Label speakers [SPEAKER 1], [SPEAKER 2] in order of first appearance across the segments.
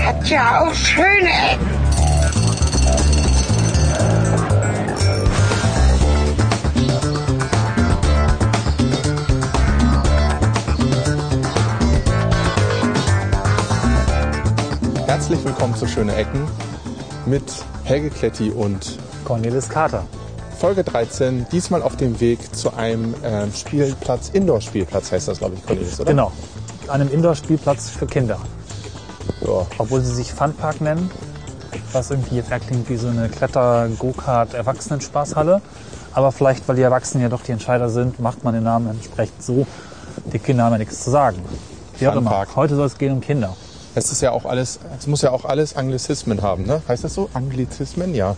[SPEAKER 1] hat ja auch schöne Ecken.
[SPEAKER 2] Herzlich willkommen zu Schöne Ecken mit Helge Kletti und
[SPEAKER 3] Cornelis Kater.
[SPEAKER 2] Folge 13, diesmal auf dem Weg zu einem ähm, Spielplatz, Indoor-Spielplatz heißt das, glaube ich, Cornelis, oder?
[SPEAKER 3] Genau. An einem Indoor-Spielplatz für Kinder.
[SPEAKER 2] Ja.
[SPEAKER 3] Obwohl sie sich Funpark nennen, was irgendwie jetzt eher klingt wie so eine Kletter-Go-Kart-Erwachsenenspaßhalle. Aber vielleicht, weil die Erwachsenen ja doch die Entscheider sind, macht man den Namen entsprechend so. Die Kinder haben ja nichts zu sagen. Wie auch immer.
[SPEAKER 2] Funpark.
[SPEAKER 3] Heute soll es gehen um Kinder.
[SPEAKER 2] Es ist ja auch alles, es muss ja auch alles Anglizismen haben, ne? Heißt das so? Anglizismen, ja.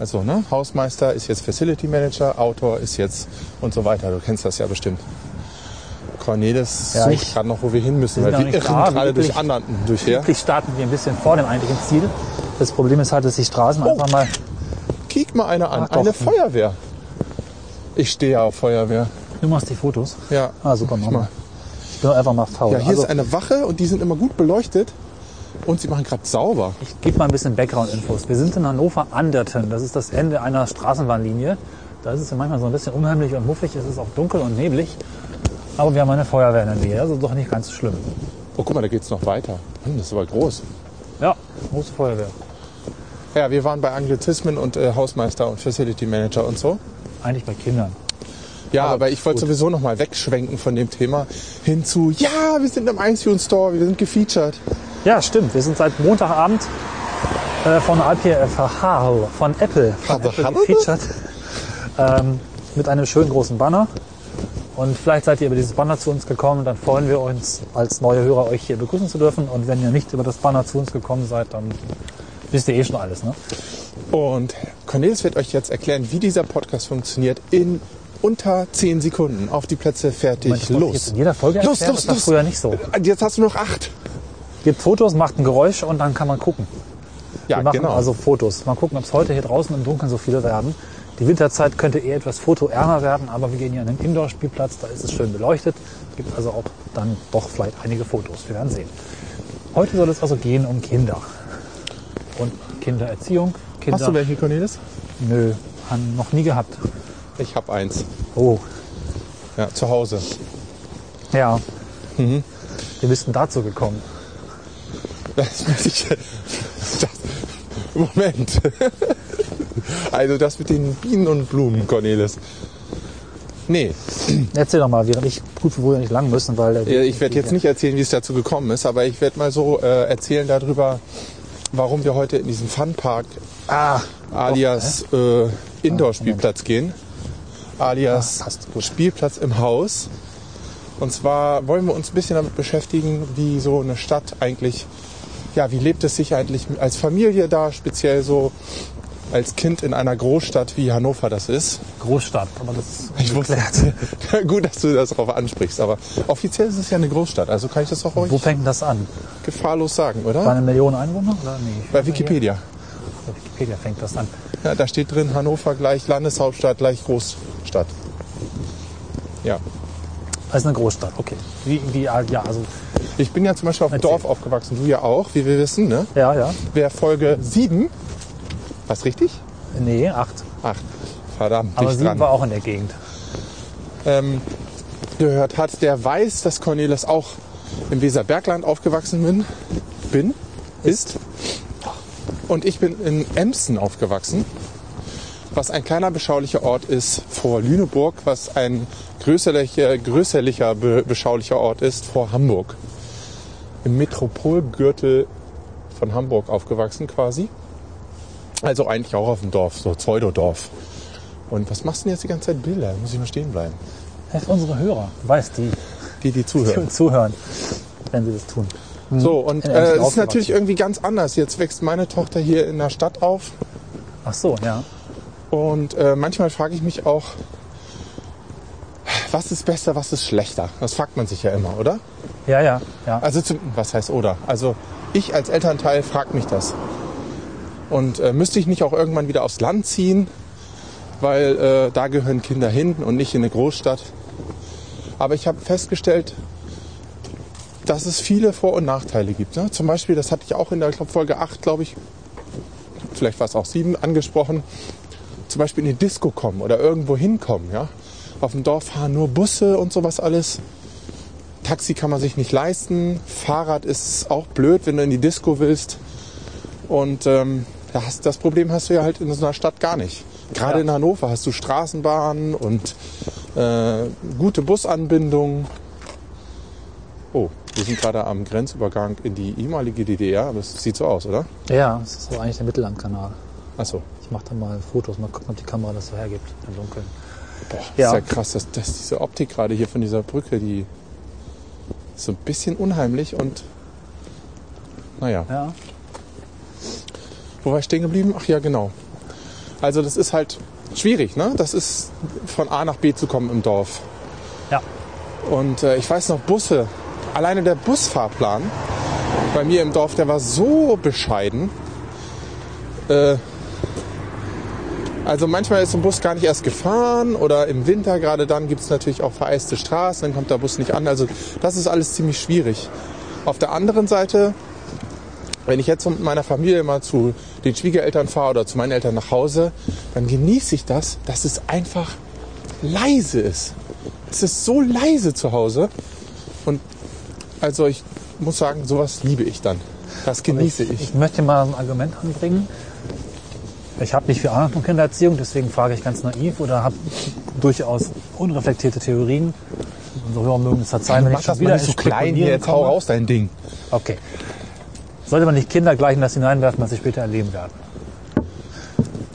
[SPEAKER 2] Also, ne? Hausmeister ist jetzt Facility Manager, Autor ist jetzt und so weiter. Du kennst das ja bestimmt. Cornelis
[SPEAKER 3] Ja,
[SPEAKER 2] sucht
[SPEAKER 3] ich-
[SPEAKER 2] gerade noch, wo wir hin müssen,
[SPEAKER 3] Wir
[SPEAKER 2] weil
[SPEAKER 3] sind
[SPEAKER 2] wir
[SPEAKER 3] noch
[SPEAKER 2] irren
[SPEAKER 3] nicht da, wie
[SPEAKER 2] gerade durch
[SPEAKER 3] üblich.
[SPEAKER 2] anderen durchher.
[SPEAKER 3] Eigentlich starten wir ein bisschen vor dem eigentlichen Ziel. Das Problem ist halt, dass die Straßen
[SPEAKER 2] Oh.
[SPEAKER 3] einfach mal
[SPEAKER 2] Kiek mal eine an,
[SPEAKER 3] Ach, doch.
[SPEAKER 2] eine Feuerwehr. Ich stehe ja auf Feuerwehr.
[SPEAKER 3] Du machst die Fotos?
[SPEAKER 2] Ja.
[SPEAKER 3] Ah, super,
[SPEAKER 2] Mach
[SPEAKER 3] mach mal. Ich bin einfach mal faul.
[SPEAKER 2] Ja, hier
[SPEAKER 3] also,
[SPEAKER 2] ist eine Wache und die sind immer gut beleuchtet und sie machen gerade sauber.
[SPEAKER 3] ich gebe mal ein bisschen Background-Infos. Wir sind in Hannover Anderten. Das ist das Ende einer Straßenbahnlinie. Da ist es ja manchmal so ein bisschen unheimlich und muffig. Es ist auch dunkel und neblig. Aber wir haben eine Feuerwehr in der Nähe. Also doch nicht ganz so schlimm.
[SPEAKER 2] Oh, guck mal, da geht's noch weiter. Hm, das ist aber groß.
[SPEAKER 3] Ja, große Feuerwehr.
[SPEAKER 2] Ja, wir waren bei Anglizismen und äh, Hausmeister und Facility Manager und so.
[SPEAKER 3] Eigentlich bei Kindern.
[SPEAKER 2] Ja, aber,
[SPEAKER 3] Ah,
[SPEAKER 2] ich wollte sowieso noch mal wegschwenken von dem Thema hin zu, ja, wir sind im iTunes Store, wir sind gefeatured.
[SPEAKER 3] Ja, stimmt. Wir sind seit Montagabend äh, von IPF Harl, von Apple, von
[SPEAKER 2] Harl?
[SPEAKER 3] Apple gefeatured, ähm, mit einem schönen großen Banner. Und vielleicht seid ihr über dieses Banner zu uns gekommen, dann freuen wir uns, als neue Hörer euch hier begrüßen zu dürfen. Und wenn ihr nicht über das Banner zu uns gekommen seid, dann wisst ihr eh schon alles, ne?
[SPEAKER 2] Und Cornelis wird euch jetzt erklären, wie dieser Podcast funktioniert in unter 10 Sekunden. Auf die Plätze, fertig,
[SPEAKER 3] Moment, das wollte ich jetzt
[SPEAKER 2] los.
[SPEAKER 3] in jeder Folge
[SPEAKER 2] los,
[SPEAKER 3] erklären,
[SPEAKER 2] los,
[SPEAKER 3] das war
[SPEAKER 2] los. Äh,
[SPEAKER 3] früher nicht so.
[SPEAKER 2] Jetzt hast du noch acht.
[SPEAKER 3] Gebt Fotos, macht ein Geräusch und dann kann man gucken.
[SPEAKER 2] Ja,
[SPEAKER 3] Wir machen
[SPEAKER 2] genau.
[SPEAKER 3] also Fotos. Mal gucken, ob es heute hier draußen im Dunkeln so viele werden. Die Winterzeit könnte eher etwas fotoärmer werden, aber wir gehen hier an den Indoor-Spielplatz, da ist es schön beleuchtet. Gibt also auch dann doch vielleicht einige Fotos. Wir werden sehen. Heute soll es also gehen um Kinder. Und Kindererziehung. Kinder.
[SPEAKER 2] hast du welche, Cornelis?
[SPEAKER 3] Nö, haben noch nie gehabt.
[SPEAKER 2] Ich habe eins.
[SPEAKER 3] Oh,
[SPEAKER 2] Ja, zu Hause.
[SPEAKER 3] ja.
[SPEAKER 2] Mhm.
[SPEAKER 3] Wir bist denn dazu gekommen.
[SPEAKER 2] Das muss ich. Das, Moment. Also das mit den Bienen und Blumen, Cornelis. Nee,
[SPEAKER 3] Erzähl doch mal, während ich prüfe, wo wir nicht lang müssen, weil der
[SPEAKER 2] Ja, äh, Ich werde jetzt nicht erzählen, wie es dazu gekommen ist, aber ich werde mal so äh, erzählen darüber, warum wir heute in diesen Funpark
[SPEAKER 3] Ah,
[SPEAKER 2] alias äh, Indoor-Spielplatz gehen, alias
[SPEAKER 3] Ah, passt
[SPEAKER 2] Spielplatz im Haus. Und zwar wollen wir uns ein bisschen damit beschäftigen, wie so eine Stadt eigentlich, ja, wie lebt es sich eigentlich als Familie da, speziell so als Kind in einer Großstadt wie Hannover das ist.
[SPEAKER 3] Großstadt, aber das ist
[SPEAKER 2] Ich wusste, gut, dass du das darauf ansprichst, aber offiziell ist es ja eine Großstadt, also kann ich das auch ruhig
[SPEAKER 3] Wo fängt denn das an?
[SPEAKER 2] gefahrlos sagen,
[SPEAKER 3] Bei
[SPEAKER 2] oder?
[SPEAKER 3] einer Million Einwohner? Oder? Nee,
[SPEAKER 2] Bei Wikipedia.
[SPEAKER 3] Bei Wikipedia fängt das an.
[SPEAKER 2] Ja, da steht drin Hannover gleich Landeshauptstadt gleich Großstadt. Ja.
[SPEAKER 3] Also eine Großstadt, okay. Wie, wie, ah, ja, also,
[SPEAKER 2] Ich bin ja zum Beispiel auf dem
[SPEAKER 3] Erzähl.
[SPEAKER 2] Dorf aufgewachsen, du ja auch, wie wir wissen, ne?
[SPEAKER 3] ja, ja.
[SPEAKER 2] Wer Folge 7, was richtig?
[SPEAKER 3] Nee, acht.
[SPEAKER 2] Ach, verdammt,
[SPEAKER 3] Aber
[SPEAKER 2] nicht
[SPEAKER 3] sieben
[SPEAKER 2] dran.
[SPEAKER 3] war auch in der Gegend.
[SPEAKER 2] ähm, gehört hat, der weiß, dass Cornelis auch im Weserbergland aufgewachsen bin, bin ist. Und ich bin in Emsen aufgewachsen, was ein kleiner beschaulicher Ort ist vor Lüneburg, was ein größerlicher, größerlicher be beschaulicher Ort ist vor Hamburg. Im Metropolgürtel von Hamburg aufgewachsen quasi. Also eigentlich auch auf dem Dorf, so Pseudodorf. Und was machst du denn jetzt die ganze Zeit Bilder? Muss ich nur stehen bleiben?
[SPEAKER 3] Das heißt, unsere Hörer, du weißt die,
[SPEAKER 2] die, die
[SPEAKER 3] die
[SPEAKER 2] zuhören.
[SPEAKER 3] uns zuhören, wenn sie das tun.
[SPEAKER 2] So, und
[SPEAKER 3] In
[SPEAKER 2] äh,
[SPEAKER 3] Emden
[SPEAKER 2] es ist
[SPEAKER 3] aufgewachsen.
[SPEAKER 2] natürlich irgendwie ganz anders. Jetzt wächst meine Tochter hier in der Stadt auf
[SPEAKER 3] Ach so, ja.
[SPEAKER 2] und äh, manchmal frage ich mich auch, was ist besser, was ist schlechter? Das fragt man sich ja immer, oder?
[SPEAKER 3] Ja, ja, ja.
[SPEAKER 2] Also, zum, was heißt oder? Also, ich als Elternteil frage mich das. Und äh, müsste ich nicht auch irgendwann wieder aufs Land ziehen? Weil äh, da gehören Kinder hin und nicht in eine Großstadt. Aber ich habe festgestellt, dass es viele Vor- und Nachteile gibt. Ne? Zum Beispiel, das hatte ich auch in der ich glaub, Folge 8, glaube ich, vielleicht war es auch 7, angesprochen, zum Beispiel in die Disco kommen oder irgendwo hinkommen. Ja? Auf dem Dorf fahren nur Busse und sowas alles. Taxi kann man sich nicht leisten. Fahrrad ist auch blöd, wenn du in die Disco willst. Und ähm, da hast, das Problem hast du ja halt in so einer Stadt gar nicht. Gerade
[SPEAKER 3] Ja.
[SPEAKER 2] in Hannover hast du Straßenbahnen und äh, gute Busanbindung. Oh, wir sind gerade am Grenzübergang in die ehemalige DDR, aber es sieht so aus, oder?
[SPEAKER 3] Ja, das ist so eigentlich der Mittellandkanal.
[SPEAKER 2] Achso,
[SPEAKER 3] Ich mache da mal Fotos, mal gucken, ob die Kamera das so hergibt im Dunkeln.
[SPEAKER 2] boah,
[SPEAKER 3] Ja.
[SPEAKER 2] ist ja krass, dass, dass diese Optik gerade hier von dieser Brücke, die ist so ein bisschen unheimlich und naja.
[SPEAKER 3] Ja,
[SPEAKER 2] Wo war ich stehen geblieben? Ach ja, genau. Also das ist halt schwierig, ne? Das ist von A nach B zu kommen im Dorf.
[SPEAKER 3] ja,
[SPEAKER 2] Und äh, ich weiß noch, Busse, alleine der Busfahrplan bei mir im Dorf, der war so bescheiden. Äh, also manchmal ist so ein Bus gar nicht erst gefahren oder im Winter gerade dann gibt's natürlich auch vereiste Straßen, dann kommt der Bus nicht an. Also das ist alles ziemlich schwierig. Auf der anderen Seite, wenn ich jetzt mit meiner Familie mal zu den Schwiegereltern fahre oder zu meinen Eltern nach Hause, dann genieße ich das, dass es einfach leise ist. Es ist so leise zu Hause. Und also ich muss sagen, sowas liebe ich dann. Das genieße
[SPEAKER 3] ich,
[SPEAKER 2] ich.
[SPEAKER 3] ich möchte mal ein Argument anbringen. Ich habe nicht viel Ahnung von Kindererziehung, deswegen frage ich ganz naiv oder habe durchaus unreflektierte Theorien. Unsere Hörer mögen es verzeihen, wenn ich
[SPEAKER 2] Mach
[SPEAKER 3] schon
[SPEAKER 2] das mal
[SPEAKER 3] wieder
[SPEAKER 2] nicht so
[SPEAKER 3] ins
[SPEAKER 2] klein hier,
[SPEAKER 3] Spekulieren
[SPEAKER 2] jetzt hau
[SPEAKER 3] komme.
[SPEAKER 2] raus dein Ding.
[SPEAKER 3] Okay. Sollte man nicht Kinder gleich in das hineinwerfen, was sie später erleben werden?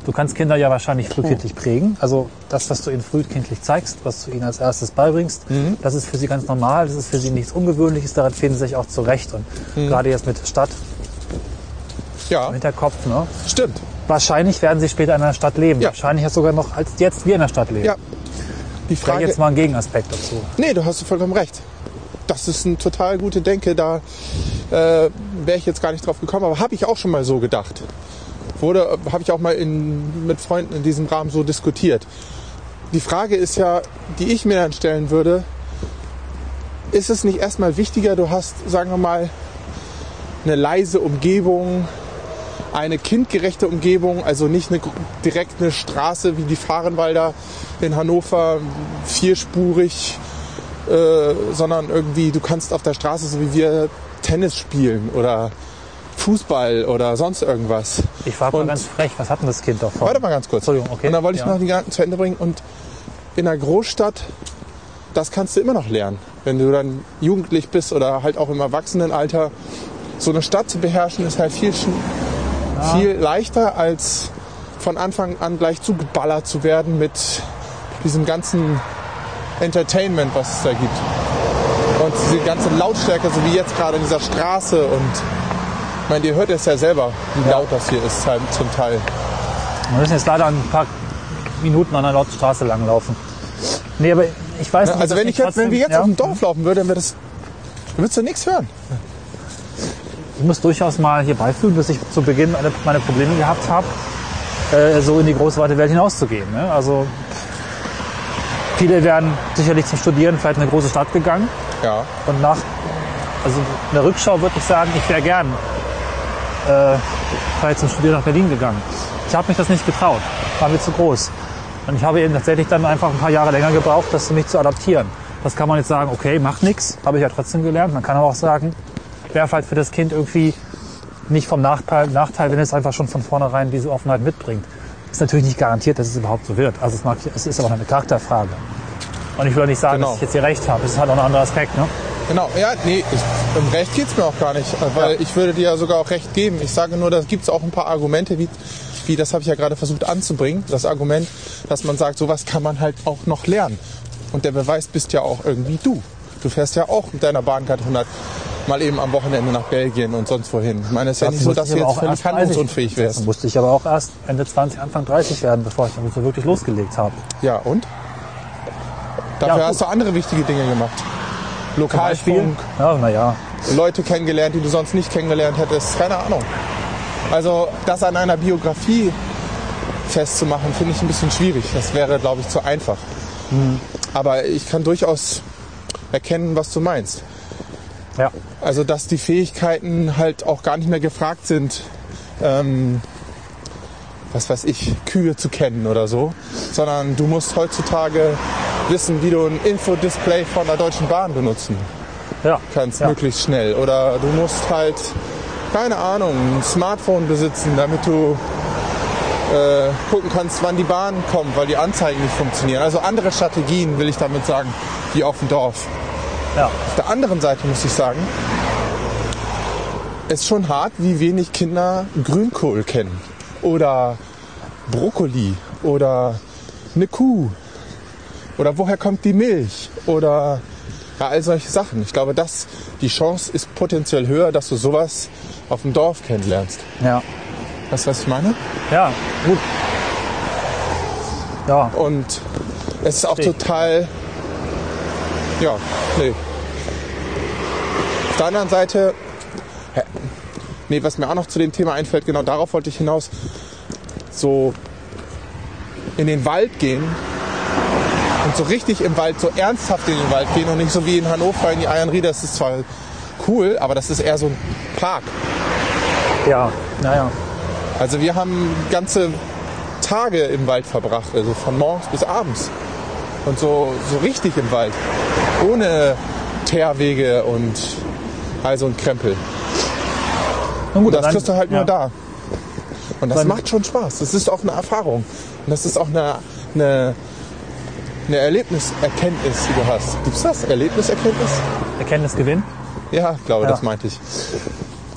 [SPEAKER 3] Du kannst Kinder ja wahrscheinlich frühkindlich prägen. Also das, was du ihnen frühkindlich zeigst, was du ihnen als erstes beibringst,
[SPEAKER 2] Mhm.
[SPEAKER 3] das ist für sie ganz normal, das ist für sie nichts Ungewöhnliches, daran finden sie sich auch zurecht. Und
[SPEAKER 2] Mhm.
[SPEAKER 3] gerade jetzt mit Stadt
[SPEAKER 2] Ja,
[SPEAKER 3] im Hinterkopf, ne?
[SPEAKER 2] stimmt.
[SPEAKER 3] wahrscheinlich werden sie später in einer Stadt leben.
[SPEAKER 2] Ja.
[SPEAKER 3] Wahrscheinlich ja sogar noch als jetzt wir in der Stadt leben.
[SPEAKER 2] Ja. Die
[SPEAKER 3] Da
[SPEAKER 2] Frage,
[SPEAKER 3] jetzt mal ein Gegenaspekt dazu.
[SPEAKER 2] nee, du hast vollkommen recht. Das ist eine total gute Denke, da äh, wäre ich jetzt gar nicht drauf gekommen, aber habe ich auch schon mal so gedacht. Wurde, habe ich auch mal in, mit Freunden in diesem Rahmen so diskutiert. Die Frage ist ja, die ich mir dann stellen würde, ist es nicht erstmal wichtiger, du hast, sagen wir mal, eine leise Umgebung, eine kindgerechte Umgebung, also nicht eine, gro- direkt eine Straße wie die Fahrenwalder in Hannover, vierspurig, äh, sondern irgendwie, du kannst auf der Straße, so wie wir, Tennis spielen oder Fußball oder sonst irgendwas.
[SPEAKER 3] Ich frage mal
[SPEAKER 2] Und-
[SPEAKER 3] ganz frech, was hat denn das Kind davon?
[SPEAKER 2] Warte mal ganz kurz.
[SPEAKER 3] Entschuldigung, okay.
[SPEAKER 2] Und dann wollte ich
[SPEAKER 3] Ja.
[SPEAKER 2] noch die Gedanken zu Ende bringen. Und in einer Großstadt, das kannst du immer noch lernen. Wenn du dann jugendlich bist oder halt auch im Erwachsenenalter. So eine Stadt zu beherrschen ist halt viel, schn- viel leichter, als von Anfang an gleich zugeballert zu werden mit diesem ganzen Entertainment, was es da gibt. Und diese ganze Lautstärke, so wie jetzt gerade in dieser Straße. Und ich meine, ihr hört es ja selber, wie laut das hier ist halt zum Teil.
[SPEAKER 3] Wir müssen jetzt leider ein paar Minuten an der lauten Straße langlaufen. Nee, aber ich weiß nicht,
[SPEAKER 2] Also
[SPEAKER 3] dass
[SPEAKER 2] wenn ich jetzt, wenn wir jetzt
[SPEAKER 3] ja,
[SPEAKER 2] auf dem Dorf laufen würden, dann wär das, dann würdest du nichts hören.
[SPEAKER 3] Ich muss durchaus mal hier beifügen, dass ich zu Beginn alle meine Probleme gehabt habe, äh, so in die große weite Welt hinauszugehen. Ne? Also viele wären sicherlich zum Studieren vielleicht in eine große Stadt gegangen.
[SPEAKER 2] Ja.
[SPEAKER 3] Und nach, also in der Rückschau würde ich sagen, ich wäre gern äh, vielleicht zum Studieren nach Berlin gegangen. Ich habe mich das nicht getraut, war mir zu groß. Und ich habe eben tatsächlich dann einfach ein paar Jahre länger gebraucht, das für mich zu adaptieren. Das kann man jetzt sagen, okay, macht nichts, habe ich ja trotzdem gelernt. Man kann aber auch sagen, wäre vielleicht für das Kind irgendwie nicht vom Nachteil, Nachteil, wenn es einfach schon von vornherein diese Offenheit mitbringt. Ist natürlich nicht garantiert, dass es überhaupt so wird. Also es, mag, es ist aber eine Charakterfrage. Und ich will nicht sagen,
[SPEAKER 2] Genau.
[SPEAKER 3] dass ich jetzt hier recht habe. Es ist halt auch ein anderer Aspekt. Ne?
[SPEAKER 2] Genau. Ja, nee, ich, um Recht geht's mir auch gar nicht, äh, weil ich würde dir ja sogar auch Recht geben. Ich sage nur, da gibt's auch ein paar Argumente, wie, wie das habe ich ja gerade versucht anzubringen, das Argument, dass man sagt, sowas kann man halt auch noch lernen. Und der Beweis bist ja auch irgendwie du. Du fährst ja auch mit deiner Bahncard 100 mal eben am Wochenende nach Belgien und sonst wohin. Ich meine, es ist ja nicht so, dass du jetzt völlig handlungsunfähig
[SPEAKER 3] Dann
[SPEAKER 2] wärst.
[SPEAKER 3] musste ich aber auch erst Ende 20, Anfang 30 werden, bevor ich damit so wirklich losgelegt habe.
[SPEAKER 2] Ja, und? Dafür
[SPEAKER 3] gut.
[SPEAKER 2] hast du andere wichtige Dinge gemacht.
[SPEAKER 3] Beispiel?
[SPEAKER 2] Lokalfunk,
[SPEAKER 3] Ja, naja.
[SPEAKER 2] Leute kennengelernt, die du sonst nicht kennengelernt hättest, keine Ahnung. Also das an einer Biografie festzumachen, finde ich ein bisschen schwierig. Das wäre, glaube ich, zu einfach. Aber ich kann durchaus erkennen, was du meinst.
[SPEAKER 3] Ja.
[SPEAKER 2] Also dass die Fähigkeiten halt auch gar nicht mehr gefragt sind, ähm, was weiß ich, Kühe zu kennen oder so, sondern du musst heutzutage wissen, wie du ein Infodisplay von der Deutschen Bahn benutzen
[SPEAKER 3] Ja.
[SPEAKER 2] kannst,
[SPEAKER 3] ja.
[SPEAKER 2] möglichst schnell. Oder du musst halt, keine Ahnung, ein Smartphone besitzen, damit du äh, gucken kannst, wann die Bahn kommt, weil die Anzeigen nicht funktionieren. Also andere Strategien, will ich damit sagen, die auf dem Dorf.
[SPEAKER 3] Ja.
[SPEAKER 2] Auf der anderen Seite muss ich sagen, ist schon hart, wie wenig Kinder Grünkohl kennen. Oder Brokkoli. Oder eine Kuh. Oder woher kommt die Milch? Oder ja, all solche Sachen. Ich glaube, das, die Chance ist potenziell höher, dass du sowas auf dem Dorf kennenlernst.
[SPEAKER 3] Ja.
[SPEAKER 2] Weißt du, was ich meine?
[SPEAKER 3] Ja. Gut. Ja.
[SPEAKER 2] Und es ist auch
[SPEAKER 3] Verstehe.
[SPEAKER 2] total. Ja, nee. Auf der anderen Seite. Hä? Nee, was mir auch noch zu dem Thema einfällt, genau darauf wollte ich hinaus. So in den Wald gehen und so richtig im Wald, so ernsthaft in den Wald gehen und nicht so wie in Hannover in die Eiernriede. Das ist zwar cool, aber das ist eher so ein Park.
[SPEAKER 3] Ja. Naja.
[SPEAKER 2] Also wir haben ganze Tage im Wald verbracht, also von morgens bis abends. Und so, so richtig im Wald. Ohne Teerwege und also ein Krempel. Und
[SPEAKER 3] Nun gut,
[SPEAKER 2] das
[SPEAKER 3] dann-
[SPEAKER 2] kriegst du halt
[SPEAKER 3] ja.
[SPEAKER 2] nur da. Und das
[SPEAKER 3] Dann-
[SPEAKER 2] macht schon Spaß. Das ist auch eine Erfahrung. Und das ist auch eine, eine, eine Erlebniserkenntnis, die du hast. Gibt's das? Erlebniserkenntnis?
[SPEAKER 3] Erkenntnisgewinn.
[SPEAKER 2] Ja, glaube,
[SPEAKER 3] Ja.
[SPEAKER 2] das meinte ich.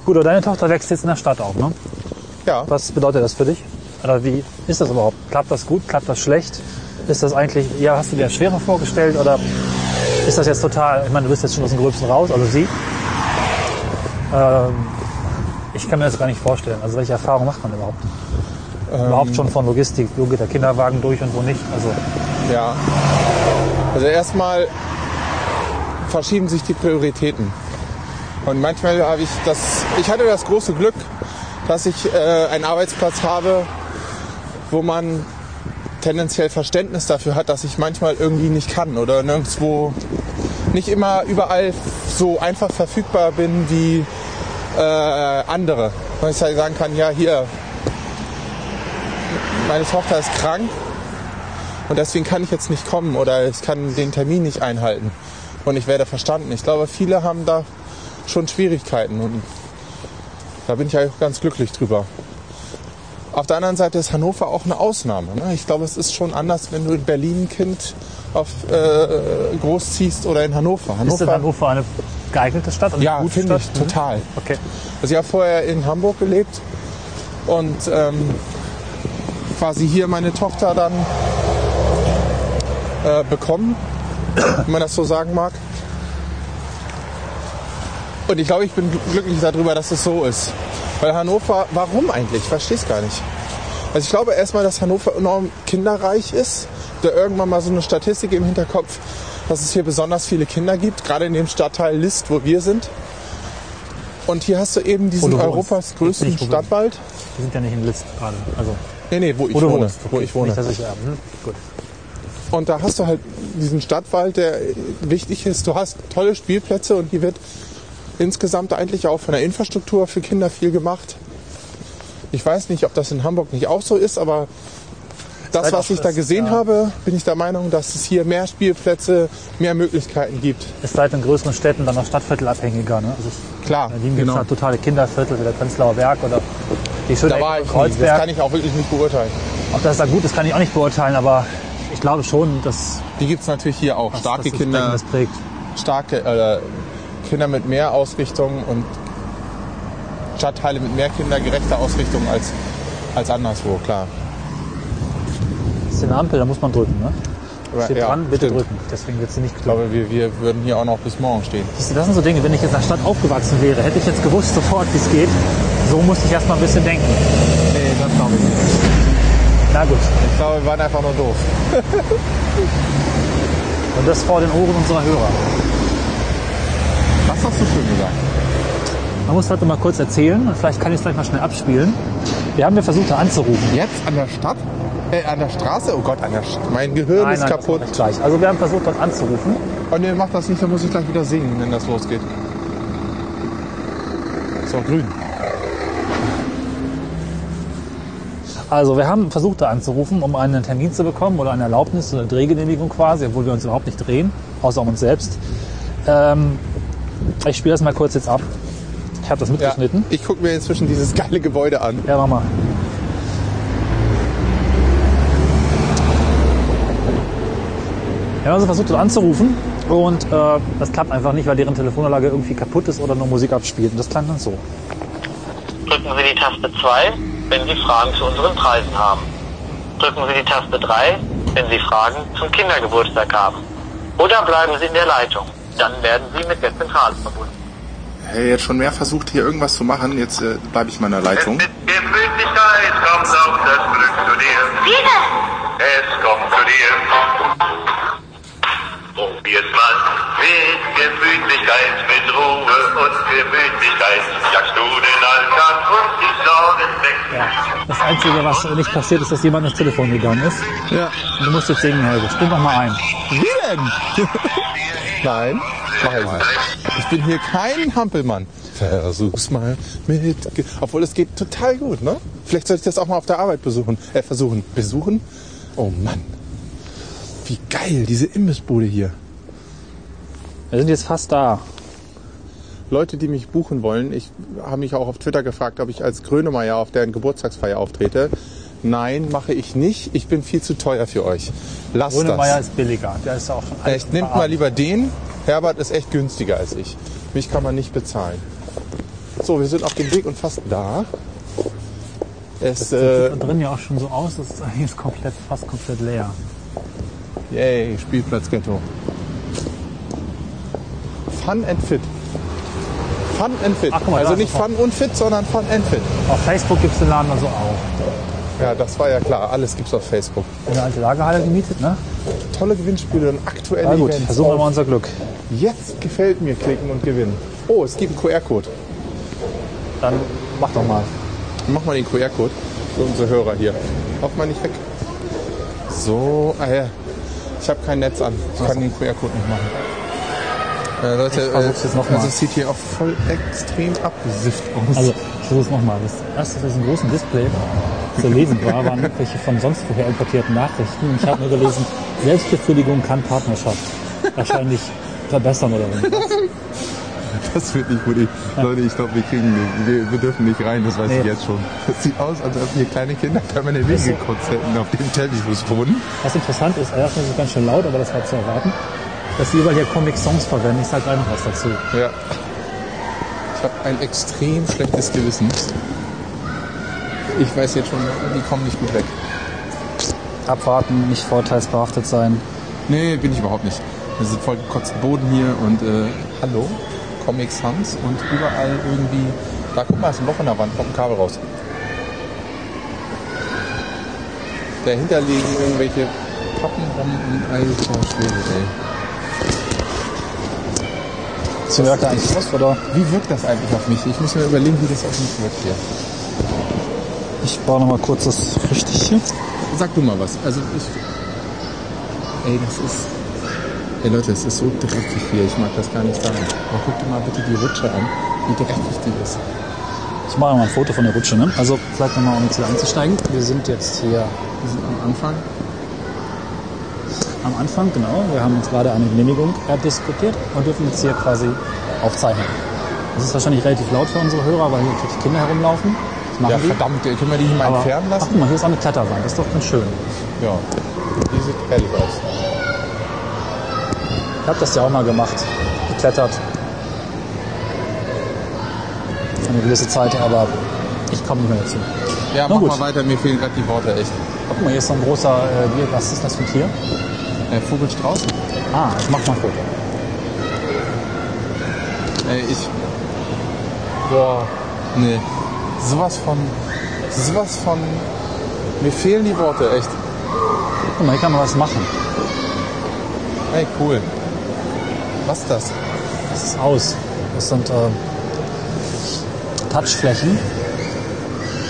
[SPEAKER 3] Gut, aber deine Tochter wächst jetzt in der Stadt auf, ne?
[SPEAKER 2] Ja.
[SPEAKER 3] Was bedeutet das für dich? Oder wie ist das überhaupt? Klappt das gut? Klappt das schlecht? Ist das eigentlich, ja, hast du dir das schwerer vorgestellt oder ist das jetzt total, ich meine, du bist jetzt schon aus dem Gröbsten raus, also sie. Ähm, ich kann mir das gar nicht vorstellen. Also welche Erfahrung macht man überhaupt? überhaupt schon von Logistik, wo geht der Kinderwagen durch und wo nicht? Also
[SPEAKER 2] Ja. Also erstmal verschieben sich die Prioritäten. Und manchmal habe ich das, ich hatte das große Glück, dass ich äh, einen Arbeitsplatz habe, wo man tendenziell Verständnis dafür hat, dass ich manchmal irgendwie nicht kann oder nirgendwo nicht immer überall so einfach verfügbar bin wie äh, andere. Weil ich halt sagen kann, ja hier, meine Tochter ist krank, und deswegen kann ich jetzt nicht kommen oder ich kann den Termin nicht einhalten und ich werde verstanden. Ich glaube, viele haben da schon Schwierigkeiten und da bin ich ja auch ganz glücklich drüber. Auf der anderen Seite ist Hannover auch eine Ausnahme. Ne? Ich glaube, es ist schon anders, wenn du in Berlin ein Kind auf, äh, großziehst oder in Hannover. Hannover
[SPEAKER 3] ist denn Hannover eine geeignete Stadt? Eine
[SPEAKER 2] ja,
[SPEAKER 3] gute
[SPEAKER 2] finde ich
[SPEAKER 3] Stadt? Mhm.
[SPEAKER 2] total.
[SPEAKER 3] Okay.
[SPEAKER 2] Also ich habe vorher in Hamburg gelebt und ähm, quasi hier meine Tochter dann äh, bekommen, wenn man das so sagen mag. Und ich glaube, ich bin gl- glücklich darüber, dass es so ist. Weil Hannover, warum eigentlich? Ich verstehe es gar nicht. Also ich glaube erstmal, dass Hannover enorm kinderreich ist. Da irgendwann mal so eine Statistik im Hinterkopf, dass es hier besonders viele Kinder gibt, gerade in dem Stadtteil List, wo wir sind. Und hier hast du eben diesen
[SPEAKER 3] Wo du wohnst.
[SPEAKER 2] Europas
[SPEAKER 3] Nicht,
[SPEAKER 2] größten
[SPEAKER 3] wo du-
[SPEAKER 2] Stadtwald.
[SPEAKER 3] Wir sind ja nicht in List gerade. Also
[SPEAKER 2] Nee, nee, wo ich
[SPEAKER 3] wo du
[SPEAKER 2] wohne.
[SPEAKER 3] wohnst.
[SPEAKER 2] Wo
[SPEAKER 3] Okay.
[SPEAKER 2] ich wohne.
[SPEAKER 3] Nicht, dass ich, ja, hm, gut.
[SPEAKER 2] Und da hast du halt diesen Stadtwald, der wichtig ist. Du hast tolle Spielplätze und hier wird insgesamt eigentlich auch von der Infrastruktur für Kinder viel gemacht. Ich weiß nicht, ob das in Hamburg nicht auch so ist, aber das,
[SPEAKER 3] Seid
[SPEAKER 2] was ich da
[SPEAKER 3] offen,
[SPEAKER 2] gesehen
[SPEAKER 3] ja.
[SPEAKER 2] habe, bin ich der Meinung, dass es hier mehr Spielplätze, mehr Möglichkeiten gibt.
[SPEAKER 3] ist halt in größeren Städten dann auch Stadtviertel abhängiger. Ne? Also es-
[SPEAKER 2] Klar,
[SPEAKER 3] in Berlin gibt es
[SPEAKER 2] genau.
[SPEAKER 3] halt totale Kinderviertel wie der Prenzlauer Berg oder die schöne
[SPEAKER 2] Da
[SPEAKER 3] Ecke
[SPEAKER 2] war
[SPEAKER 3] von
[SPEAKER 2] ich nie. Das
[SPEAKER 3] Kreuzberg.
[SPEAKER 2] kann ich auch wirklich nicht beurteilen.
[SPEAKER 3] Ob das da gut ist, kann ich auch nicht beurteilen, aber ich glaube schon, dass
[SPEAKER 2] Die gibt es natürlich hier auch.
[SPEAKER 3] dass
[SPEAKER 2] Starke
[SPEAKER 3] das
[SPEAKER 2] Kinder,
[SPEAKER 3] das prägt.
[SPEAKER 2] starke äh, Kinder mit mehr Ausrichtung und Stadtteile mit mehr kindergerechter Ausrichtung als, als anderswo, klar.
[SPEAKER 3] Das ist eine Ampel, da muss man drücken. Ne?
[SPEAKER 2] Aber-
[SPEAKER 3] Steht
[SPEAKER 2] ja,
[SPEAKER 3] dran, bitte
[SPEAKER 2] stimmt.
[SPEAKER 3] drücken. Deswegen wird sie nicht
[SPEAKER 2] Ich glaube, wir, wir würden hier auch noch bis morgen stehen.
[SPEAKER 3] Siehst du, Das sind so Dinge, wenn ich jetzt in der Stadt aufgewachsen wäre, hätte ich jetzt gewusst sofort, wie es geht. So musste ich erst mal ein bisschen denken.
[SPEAKER 2] Nee, das glaube ich nicht.
[SPEAKER 3] Na gut.
[SPEAKER 2] Ich glaube, wir waren einfach nur doof.
[SPEAKER 3] Und das vor den Ohren unserer Hörer.
[SPEAKER 2] Was hast du schön gesagt?
[SPEAKER 3] Man muss heute mal kurz erzählen, und vielleicht kann ich es gleich mal schnell abspielen. Wir haben ja versucht, da anzurufen.
[SPEAKER 2] Jetzt an der Stadt? Äh, an der Straße? Oh Gott, an der St mein Gehirn ist
[SPEAKER 3] das
[SPEAKER 2] kaputt.
[SPEAKER 3] mache ich Gleich. Also wir haben versucht, dort anzurufen.
[SPEAKER 2] Oh nee, mach das nicht, dann muss ich gleich wieder singen, wenn das losgeht. ist auch grün.
[SPEAKER 3] Also wir haben versucht, da anzurufen, um einen Termin zu bekommen oder eine Erlaubnis oder Drehgenehmigung quasi, obwohl wir uns überhaupt nicht drehen, außer um uns selbst. Ähm, ich spiele das mal kurz jetzt ab. Ich habe das
[SPEAKER 2] Ja.
[SPEAKER 3] mitgeschnitten.
[SPEAKER 2] Ich gucke mir inzwischen dieses geile Gebäude an.
[SPEAKER 3] Ja, mach mal. Wir haben also versucht, dort anzurufen und äh, das klappt einfach nicht, weil deren Telefonanlage irgendwie kaputt ist oder nur Musik abspielt. Und das klang dann so.
[SPEAKER 4] Drücken Sie die Taste 2, wenn Sie Fragen zu unseren Preisen haben. Drücken Sie die Taste 3, wenn Sie Fragen zum Kindergeburtstag haben. Oder bleiben Sie in der Leitung. Dann werden Sie mit der Zentrale verbunden.
[SPEAKER 5] Hey, äh, jetzt schon mehr versucht, hier irgendwas zu machen. Jetzt äh, bleibe ich mal in der Leitung.
[SPEAKER 6] Jetzt Möglichkeit kommt auf das Glück zu dir. Wieder? Es kommt zu dir. Probier's mal mit Gemütlichkeit, mit Ruhe und Gemütlichkeit. Jagst du den Alltag und die Sorgen weg.
[SPEAKER 3] Das Einzige, was nicht passiert ist, dass jemand ins Telefon gegangen ist.
[SPEAKER 2] Ja.
[SPEAKER 3] Und du musst jetzt singen, Helge. Spiel noch mal ein.
[SPEAKER 2] Wie denn? Nein, mach ich nicht. Ich bin hier kein Hampelmann. Versuch's mal mit. Ge- Obwohl es geht total gut, ne? Vielleicht sollte ich das auch mal auf der Arbeit besuchen. Äh, versuchen. Besuchen? Oh Mann. Wie geil, diese Imbissbude hier.
[SPEAKER 3] Wir sind jetzt fast da.
[SPEAKER 2] Leute, die mich buchen wollen, ich habe mich auch auf Twitter gefragt, ob ich als Grönemeyer auf deren Geburtstagsfeier auftrete. Nein, mache ich nicht. Ich bin viel zu teuer für euch. Lasst
[SPEAKER 3] Grönemeyer
[SPEAKER 2] das.
[SPEAKER 3] ist billiger. Der ist ja auch schon alt
[SPEAKER 2] Echt,
[SPEAKER 3] und
[SPEAKER 2] nehmt mal
[SPEAKER 3] veraltet.
[SPEAKER 2] lieber den. Herbert ist echt günstiger als ich. Mich kann man nicht bezahlen. So, wir sind auf dem Weg und fast da. Es, äh,
[SPEAKER 3] Sieht da drin ja auch schon so aus. Das ist eigentlich komplett, fast komplett leer.
[SPEAKER 2] yay, Spielplatzghetto. Fun and fit. Fun and fit.
[SPEAKER 3] Ach, guck mal, da
[SPEAKER 2] also
[SPEAKER 3] ist
[SPEAKER 2] nicht
[SPEAKER 3] es noch.
[SPEAKER 2] fun und fit, sondern fun and fit.
[SPEAKER 3] Auf Facebook gibt's den Laden also auch.
[SPEAKER 2] Ja, das war ja klar. Alles gibt's auf Facebook.
[SPEAKER 3] Eine alte Lagerhalle gemietet, ne?
[SPEAKER 2] Tolle Gewinnspiele und aktuelle
[SPEAKER 3] Na gut,
[SPEAKER 2] Events.
[SPEAKER 3] versuchen wir
[SPEAKER 2] Auf
[SPEAKER 3] mal unser Glück.
[SPEAKER 2] Jetzt gefällt mir klicken und gewinnen. Oh, es gibt einen QR-Code.
[SPEAKER 3] Dann mach doch mal.
[SPEAKER 2] Mach mal den QR-Code für unsere Hörer hier. Hoff mal nicht weg. So, ah ja. Ich habe kein Netz an. Ich kann den QR-Code nicht machen. Äh, Leute,
[SPEAKER 3] versuch's jetzt noch mal.
[SPEAKER 2] also es sieht hier auch voll extrem abgesifft aus.
[SPEAKER 3] Also, ich versuch's nochmal. Das erste ist diesem großen Display zu lesen war, waren irgendwelche von sonst woher importierten Nachrichten. Und ich habe nur gelesen, Selbstbefriedigung kann Partnerschaft wahrscheinlich verbessern oder irgendwas.
[SPEAKER 2] das wird nicht gut. Ich- Leute, ich glaube, wir kriegen den- wir, wir dürfen nicht rein, das weiß
[SPEAKER 3] Nee.
[SPEAKER 2] ich jetzt schon. Das sieht aus, als ob hier kleine Kinder permanent hingekotzt hätten auf dem Teppichfußboden.
[SPEAKER 3] Was interessant ist, erstens ist es ganz schön laut, aber das war zu erwarten, dass die überall hier Comic-Songs verwenden. Ich sag gleich noch was dazu.
[SPEAKER 2] Ja. Ich habe ein extrem schlechtes Gewissen. Ich weiß jetzt schon, die kommen nicht gut weg.
[SPEAKER 3] Abwarten, nicht vorteilsbehaftet sein.
[SPEAKER 2] Nee, bin ich überhaupt nicht. Wir sind voll gekotzt Boden hier und äh, hallo, Comic Sans und überall irgendwie. Da guck mal, ist ein Loch in der Wand, kommt ein Kabel raus. Dahinter liegen irgendwelche Pappen rum und alter Schwede, ey.
[SPEAKER 3] Zu
[SPEAKER 2] merkt
[SPEAKER 3] merkt
[SPEAKER 2] ihr
[SPEAKER 3] eigentlich
[SPEAKER 2] eigentlich
[SPEAKER 3] was, oder?
[SPEAKER 2] Wie wirkt das eigentlich auf mich? Ich muss mir überlegen, wie das auf mich wirkt hier.
[SPEAKER 3] Ich baue nochmal kurz das richtig hier.
[SPEAKER 2] Sag du mal was. Also ich. Ey, das ist. Ey Leute, es ist so dreckig hier. Ich mag das gar nicht sagen. Aber guck dir mal bitte die Rutsche an, wie dreckig die ist.
[SPEAKER 3] Ich mache mal ein Foto von der Rutsche, ne? Also, vielleicht nochmal, um jetzt hier einzusteigen. Wir sind jetzt hier
[SPEAKER 2] Wir sind am Anfang.
[SPEAKER 3] am Anfang, genau. Wir haben uns gerade eine Genehmigung äh, diskutiert und dürfen jetzt hier quasi aufzeichnen. Das ist wahrscheinlich relativ laut für unsere Hörer, weil hier natürlich Kinder herumlaufen. Das machen
[SPEAKER 2] Ja,
[SPEAKER 3] die.
[SPEAKER 2] verdammt, ey, können wir die nicht mal
[SPEAKER 3] Aber,
[SPEAKER 2] entfernen
[SPEAKER 3] ach,
[SPEAKER 2] lassen?
[SPEAKER 3] guck mal, hier ist auch eine Kletterwand. Das ist doch ganz schön.
[SPEAKER 2] Ja. Die sieht herrlich aus.
[SPEAKER 3] Ich habe das ja auch mal gemacht. Geklettert. Eine gewisse Zeit, aber ich komme nicht mehr dazu.
[SPEAKER 2] Ja,
[SPEAKER 3] Na
[SPEAKER 2] mach
[SPEAKER 3] gut.
[SPEAKER 2] mal weiter, mir fehlen gerade die Worte echt.
[SPEAKER 3] Guck mal, hier ist so ein großer, äh, Bier- was ist das für ein Tier?
[SPEAKER 2] Äh, Vogelstrauß?
[SPEAKER 3] Ah, ich mach mal ein Foto.
[SPEAKER 2] Äh, ich. Boah. Nee. Sowas von. Sowas von. Mir fehlen die Worte echt.
[SPEAKER 3] Guck mal, hier kann man was machen.
[SPEAKER 2] Ey, cool. Was ist das?
[SPEAKER 3] Das ist aus. Das sind äh, Touchflächen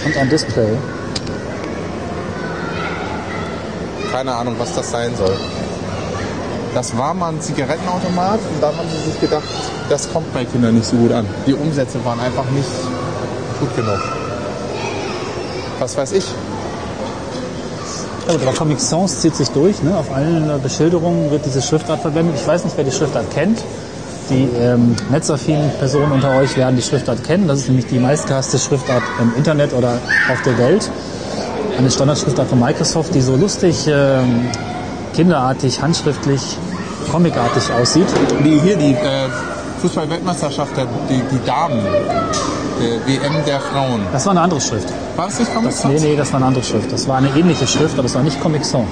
[SPEAKER 3] und ein Display.
[SPEAKER 2] Keine Ahnung, was das sein soll. Das war mal ein Zigarettenautomat und da haben sie sich gedacht, das kommt bei Kindern nicht so gut an. Die Umsätze waren einfach nicht gut genug. Was weiß ich?
[SPEAKER 3] Ja, gut, aber Comic Sans zieht sich durch. Ne? Auf allen äh, Beschilderungen wird diese Schriftart verwendet. Ich weiß nicht, wer die Schriftart kennt. Die ähm, netzaffinen Personen unter euch werden die Schriftart kennen. Das ist nämlich die meistgehasste Schriftart im Internet oder auf der Welt. Eine Standardschriftart von Microsoft, die so lustig, ähm, kinderartig, handschriftlich, comicartig aussieht.
[SPEAKER 2] Die hier, die äh, Fußball-Weltmeisterschaft, der- die, die Damen, der WM der Frauen.
[SPEAKER 3] Das war eine andere Schrift.
[SPEAKER 2] War das nicht Comic
[SPEAKER 3] Das, nee, nee, das war eine andere Schrift. Das war eine ähnliche Schrift, aber das war nicht Comic Sans.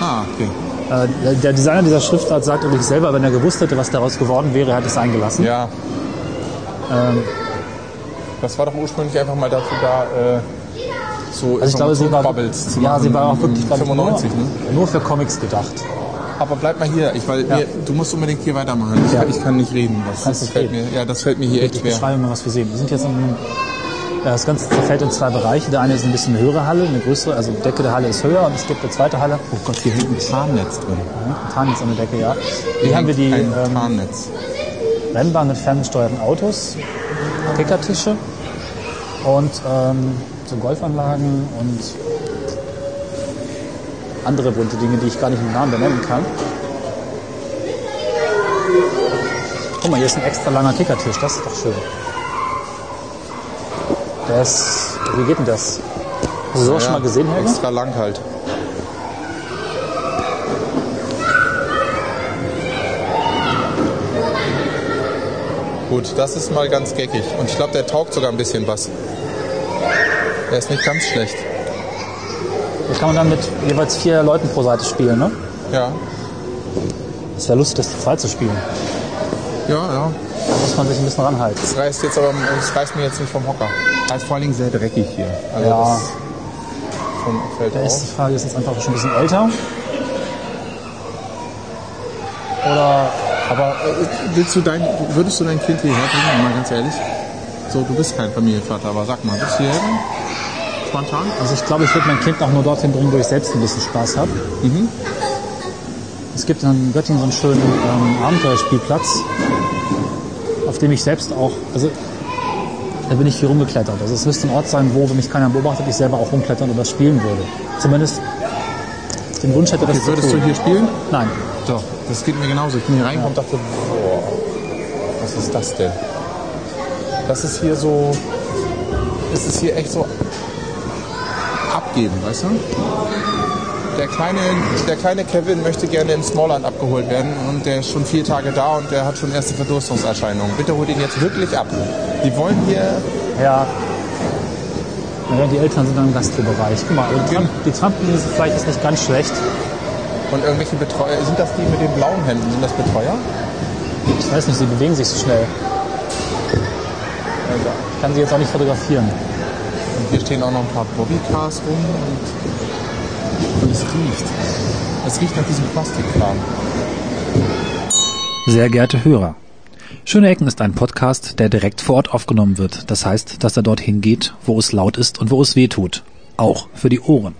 [SPEAKER 2] Ah, okay.
[SPEAKER 3] Äh, der- der Designer dieser Schriftart sagt übrigens selber, wenn er gewusst hätte, was daraus geworden wäre, hätte er es eingelassen.
[SPEAKER 2] Ja.
[SPEAKER 3] Ähm.
[SPEAKER 2] das war doch ursprünglich einfach mal dazu da, äh, so
[SPEAKER 3] Also ich glaube, sie war,
[SPEAKER 2] Bubbles zu
[SPEAKER 3] ja,
[SPEAKER 2] machen
[SPEAKER 3] sie war auch
[SPEAKER 2] im
[SPEAKER 3] wirklich glaub ich,
[SPEAKER 2] 95,
[SPEAKER 3] nur,
[SPEAKER 2] ne?
[SPEAKER 3] nur für Comics gedacht.
[SPEAKER 2] Aber bleib mal hier, ich, weil mir, du musst unbedingt hier weitermachen. Ich,
[SPEAKER 3] Ja.
[SPEAKER 2] ich kann nicht reden. Das,
[SPEAKER 3] Kannst
[SPEAKER 2] das
[SPEAKER 3] nicht
[SPEAKER 2] fällt
[SPEAKER 3] reden.
[SPEAKER 2] mir, ja, das fällt mir hier echt
[SPEAKER 3] Ich
[SPEAKER 2] schwer.
[SPEAKER 3] beschreibe mal, was wir sehen. Wir sind jetzt in einem, ja, das Ganze zerfällt in zwei Bereiche. Der eine ist ein bisschen eine höhere Halle, eine größere, also die Decke der Halle ist höher und es gibt eine zweite Halle.
[SPEAKER 2] Oh Gott, hier hängt ein Tarnnetz drin.
[SPEAKER 3] Ja, Tarnnetz an der Decke, ja. Hier haben wir die
[SPEAKER 2] Ein
[SPEAKER 3] ähm,
[SPEAKER 2] Tarnnetz.
[SPEAKER 3] Rennbahn mit ferngesteuerten Autos, Kickertische und ähm, so Golfanlagen und andere bunte Dinge, die ich gar nicht mit Namen benennen kann. Guck mal, hier ist ein extra langer Kickertisch, das ist doch schön. Der ist, wie geht denn das? Hast du sowas schon mal gesehen, Helge?
[SPEAKER 2] Extra lang halt. Gut, das ist mal ganz geckig. Und ich glaube, der taugt sogar ein bisschen was. Er ist nicht ganz schlecht.
[SPEAKER 3] Das kann man dann mit jeweils vier Leuten pro Seite spielen, ne?
[SPEAKER 2] Ja,
[SPEAKER 3] Das wäre lustig, das zu zweit zu spielen.
[SPEAKER 2] ja, ja.
[SPEAKER 3] Da muss man sich ein bisschen ranhalten.
[SPEAKER 2] Das reißt jetzt aber, das reißt mir jetzt nicht vom Hocker. Er ist vor allen Dingen sehr dreckig hier. Also
[SPEAKER 3] Ja.
[SPEAKER 2] das schon fällt
[SPEAKER 3] Der erste
[SPEAKER 2] auf.
[SPEAKER 3] Frage ist jetzt einfach schon ein bisschen älter. Oder
[SPEAKER 2] Aber äh, willst du dein, würdest du dein Kind hierher bringen, mal ganz ehrlich? So, du bist kein Familienvater, aber sag mal, bist du hierher? bringen? Spontan?
[SPEAKER 3] also ich glaube, ich würde mein Kind auch nur dorthin bringen, wo ich selbst ein bisschen Spaß habe.
[SPEAKER 2] Mhm.
[SPEAKER 3] Es gibt in Göttingen so einen schönen ähm, Abenteuerspielplatz, auf dem ich selbst auch, also da bin ich viel rumgeklettert. Also es müsste ein Ort sein, wo, wenn mich keiner beobachtet, ich selber auch rumklettern oder spielen würde. Zumindest den Wunsch hätte das
[SPEAKER 2] Hier würdest
[SPEAKER 3] zu
[SPEAKER 2] du
[SPEAKER 3] tun.
[SPEAKER 2] hier spielen?
[SPEAKER 3] Nein,
[SPEAKER 2] Doch, das geht mir genauso. Ich bin hier reingekommen und dachte, boah, was ist das denn? Das ist hier so, es ist hier echt so abgeben, weißt du? Der kleine, der kleine Kevin möchte gerne in Smallland abgeholt werden und der ist schon vier Tage da und der hat schon erste Verdurstungserscheinungen. Bitte holt ihn jetzt wirklich ab. Die wollen hier
[SPEAKER 3] ja. Naja, die Eltern sind dann im Gastrobereich. Guck mal, die Tram- die Trampolin sind vielleicht ist nicht ganz schlecht.
[SPEAKER 2] und irgendwelche Betreuer. Sind das die mit den blauen Hemden? Sind das Betreuer?
[SPEAKER 3] Ich weiß nicht, sie bewegen sich so schnell. Also, Ich kann sie jetzt auch nicht fotografieren.
[SPEAKER 2] Und hier stehen auch noch ein paar Bobbycars rum und, und es riecht. Es riecht nach diesem Plastikkram.
[SPEAKER 7] Sehr geehrte Hörer, Schöne Ecken ist ein Podcast, der direkt vor Ort aufgenommen wird. Das heißt, dass er dorthin geht, wo es laut ist und wo es weh tut. Auch für die Ohren.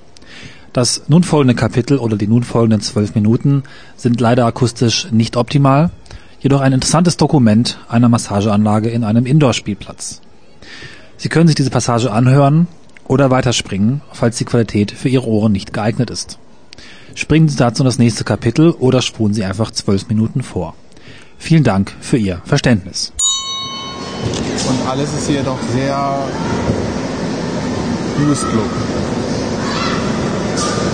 [SPEAKER 7] Das nun folgende Kapitel oder die nun folgenden zwölf Minuten sind leider akustisch nicht optimal, jedoch ein interessantes Dokument einer Massageanlage in einem Indoor-Spielplatz. Sie können sich diese Passage anhören oder weiterspringen, falls die Qualität für Ihre Ohren nicht geeignet ist. Springen Sie dazu in das nächste Kapitel oder spulen Sie einfach zwölf Minuten vor. Vielen Dank für Ihr Verständnis.
[SPEAKER 2] Und alles ist hier doch sehr Blues Club.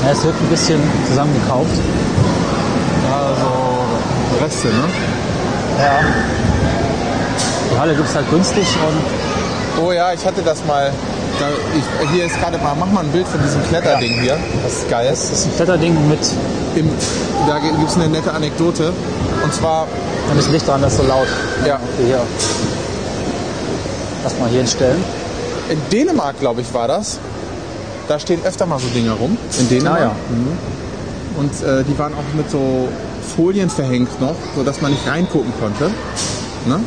[SPEAKER 3] Ja, es wird ein bisschen zusammengekauft.
[SPEAKER 2] Also Reste, ne?
[SPEAKER 3] Ja. Die Halle gibt's halt günstig und
[SPEAKER 2] Oh ja, ich hatte das mal. Da, ich, hier ist gerade mal, mach mal ein Bild von diesem Kletterding hier. Das ist geil.
[SPEAKER 3] es ist ein Kletterding mit.
[SPEAKER 2] Im, da gibt es eine nette Anekdote. Und zwar,
[SPEAKER 3] Da ist Licht dran, das ist so laut.
[SPEAKER 2] ja,
[SPEAKER 3] Okay, hier. Lass mal hier hinstellen.
[SPEAKER 2] in Dänemark, glaube ich, war das. Da stehen öfter mal so Dinge rum. In Dänemark.
[SPEAKER 3] Ah, ja.
[SPEAKER 2] Und äh, die waren auch mit so Folien verhängt noch, sodass man nicht reingucken konnte. Ne?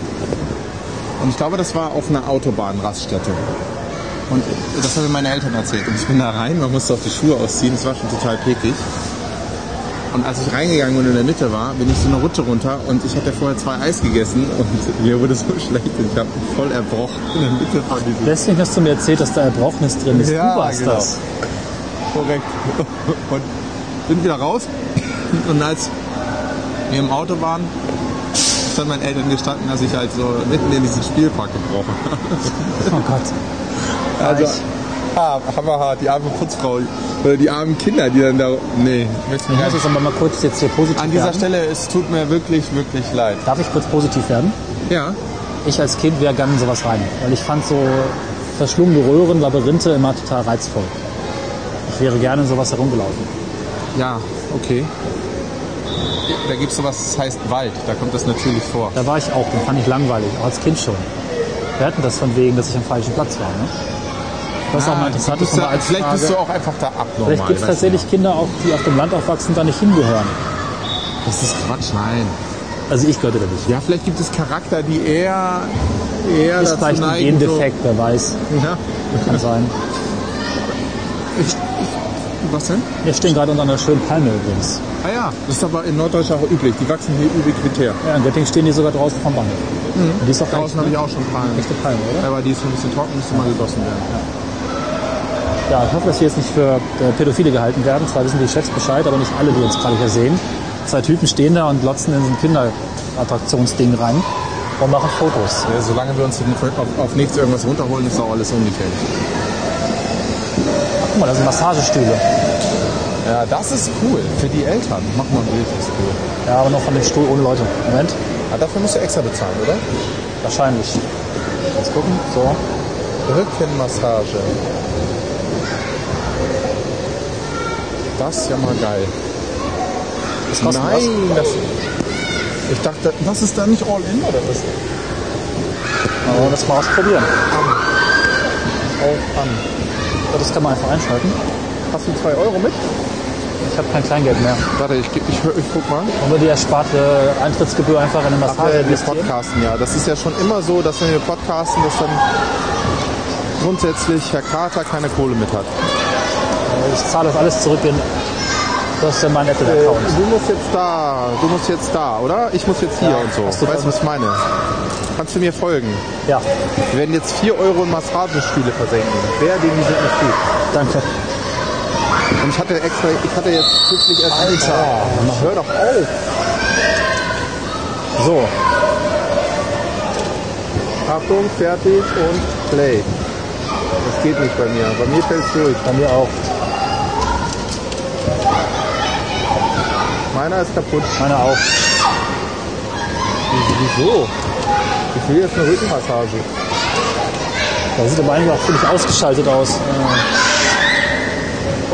[SPEAKER 2] Und ich glaube, das war auf einer Autobahnraststätte. Und das haben mir meine Eltern erzählt. Und ich bin da rein, man musste auch die Schuhe ausziehen, das war schon total pekig. Und als ich reingegangen bin und in der Mitte war, bin ich so eine Rutsche runter und ich hatte vorher zwei Eis gegessen und mir wurde so schlecht. Ich habe voll erbrochen in der Mitte von diesem.
[SPEAKER 3] Deswegen hast du mir erzählt, dass da Erbrochenes drin ist. du warst das.
[SPEAKER 2] Korrekt. Und bin wieder raus. Und als wir im Auto waren, stand meinen Eltern gestanden, dass ich halt so mitten in diesen Spielpark gebrochen habe.
[SPEAKER 3] Oh Gott.
[SPEAKER 2] Also, ah, hammerhart, die arme Putzfrau. Oder die armen Kinder, die dann da. Nee, möchte ich
[SPEAKER 3] Ich
[SPEAKER 2] gar
[SPEAKER 3] muss
[SPEAKER 2] nicht.
[SPEAKER 3] jetzt aber mal kurz jetzt hier positiv
[SPEAKER 2] An dieser
[SPEAKER 3] werden.
[SPEAKER 2] Stelle, es tut mir wirklich, wirklich leid.
[SPEAKER 3] Darf ich kurz positiv werden?
[SPEAKER 2] Ja.
[SPEAKER 3] Ich als Kind wäre gerne in sowas rein, weil ich fand so verschlungene Röhren, Labyrinthe immer total reizvoll. Ich wäre gerne in sowas herumgelaufen.
[SPEAKER 2] Ja, okay. Da gibt es sowas, das heißt Wald, da kommt das natürlich vor.
[SPEAKER 3] Da war ich auch, den fand ich langweilig, auch als Kind schon. Wir hatten das von wegen, dass ich am falschen Platz war. Ne? Das ist auch mal interessant.
[SPEAKER 2] bist
[SPEAKER 3] das
[SPEAKER 2] du,
[SPEAKER 3] war als
[SPEAKER 2] vielleicht bist
[SPEAKER 3] Frage.
[SPEAKER 2] du auch Oh, einfach da abnormal.
[SPEAKER 3] Vielleicht gibt es
[SPEAKER 2] weißt du
[SPEAKER 3] tatsächlich Kinder, auch, die auf dem Land aufwachsen und da nicht hingehören.
[SPEAKER 2] nicht. Das ist Quatsch, nein.
[SPEAKER 3] Also ich gehörte da nicht.
[SPEAKER 2] Ja, vielleicht gibt es Charakter, die eher, eher
[SPEAKER 3] Ist
[SPEAKER 2] dazu
[SPEAKER 3] vielleicht ein
[SPEAKER 2] neigen,
[SPEAKER 3] Gendefekt, wer weiß.
[SPEAKER 2] So, ja.
[SPEAKER 3] Kann sein.
[SPEAKER 2] Was denn?
[SPEAKER 3] Wir stehen gerade unter einer schönen Palme übrigens.
[SPEAKER 2] Ah ja, das ist aber in Norddeutschland auch üblich. Die wachsen hier ubiquitär.
[SPEAKER 3] Ja, in Göttingen stehen die sogar draußen vom Bahnhof. Und Die ist auch gar
[SPEAKER 2] Mhm. Draußen habe ich auch schon Palmen.
[SPEAKER 3] echte Palme, oder?
[SPEAKER 2] Aber die ist schon ein bisschen trocken, müsste mal gegossen werden.
[SPEAKER 3] Ja, ich hoffe, dass wir jetzt nicht für äh, Pädophile gehalten werden. Zwar wissen die Chefs Bescheid, aber nicht alle, die uns gerade hier sehen. Zwei Typen stehen da und glotzen in so ein Kinderattraktionsding rein und machen Fotos.
[SPEAKER 2] Ja, solange wir uns auf, auf nichts irgendwas runterholen, ist auch alles ungefährlich.
[SPEAKER 3] Guck mal, das sind Massagestühle.
[SPEAKER 2] Ja, das ist cool. Für die Eltern. Mach mal ein Bild, das ist cool.
[SPEAKER 3] Ja, aber noch von dem Stuhl ohne Leute. Moment.
[SPEAKER 2] Ah, dafür musst du extra bezahlen, oder?
[SPEAKER 3] Wahrscheinlich.
[SPEAKER 2] Jetzt gucken.
[SPEAKER 3] So.
[SPEAKER 2] Rückenmassage. Das ist ja mal geil.
[SPEAKER 3] Das kostet was.
[SPEAKER 2] Nein, das. Ich dachte, das ist da nicht all in oder was?
[SPEAKER 3] Aber wollen wir das mal ausprobieren.
[SPEAKER 2] All an.
[SPEAKER 3] So, Das kann man einfach einschalten.
[SPEAKER 2] Hast du 2 Euro mit?
[SPEAKER 3] Ich habe kein Kleingeld mehr.
[SPEAKER 2] Warte, ich, ich, hör- ich guck mal.
[SPEAKER 3] Wollen wir die ersparte Eintrittsgebühr einfach in eine
[SPEAKER 2] Ach,
[SPEAKER 3] Massage
[SPEAKER 2] äh, wir
[SPEAKER 3] investieren?
[SPEAKER 2] podcasten, ja. Das ist ja schon immer so, dass wenn wir podcasten, dass dann grundsätzlich Herr Carter keine Kohle mit hat.
[SPEAKER 3] Ich zahle das alles zurück in... Du hast ja meinen Apple-Account.
[SPEAKER 2] Äh, du musst jetzt da, du musst jetzt da, oder? Ich muss jetzt hier
[SPEAKER 3] Ja,
[SPEAKER 2] und so.
[SPEAKER 3] hast du
[SPEAKER 2] Weißt du, was ich meine? Kannst du mir folgen?
[SPEAKER 3] Ja,
[SPEAKER 2] Wir werden jetzt 4 Euro in Massagestühle versenken. Wer den diese empfiehlt.
[SPEAKER 3] danke.
[SPEAKER 2] Und ich hatte extra, ich hatte jetzt kürzlich erst... Alter, hör doch auf!
[SPEAKER 3] So,
[SPEAKER 2] Achtung, fertig und play. Das geht nicht bei mir. Bei mir fällt's durch.
[SPEAKER 3] bei mir auch.
[SPEAKER 2] Meiner ist kaputt.
[SPEAKER 3] Meiner auch.
[SPEAKER 2] Wieso? Ich will jetzt eine Rückenmassage.
[SPEAKER 3] Da sieht aber eigentlich auch ziemlich ausgeschaltet aus. Äh,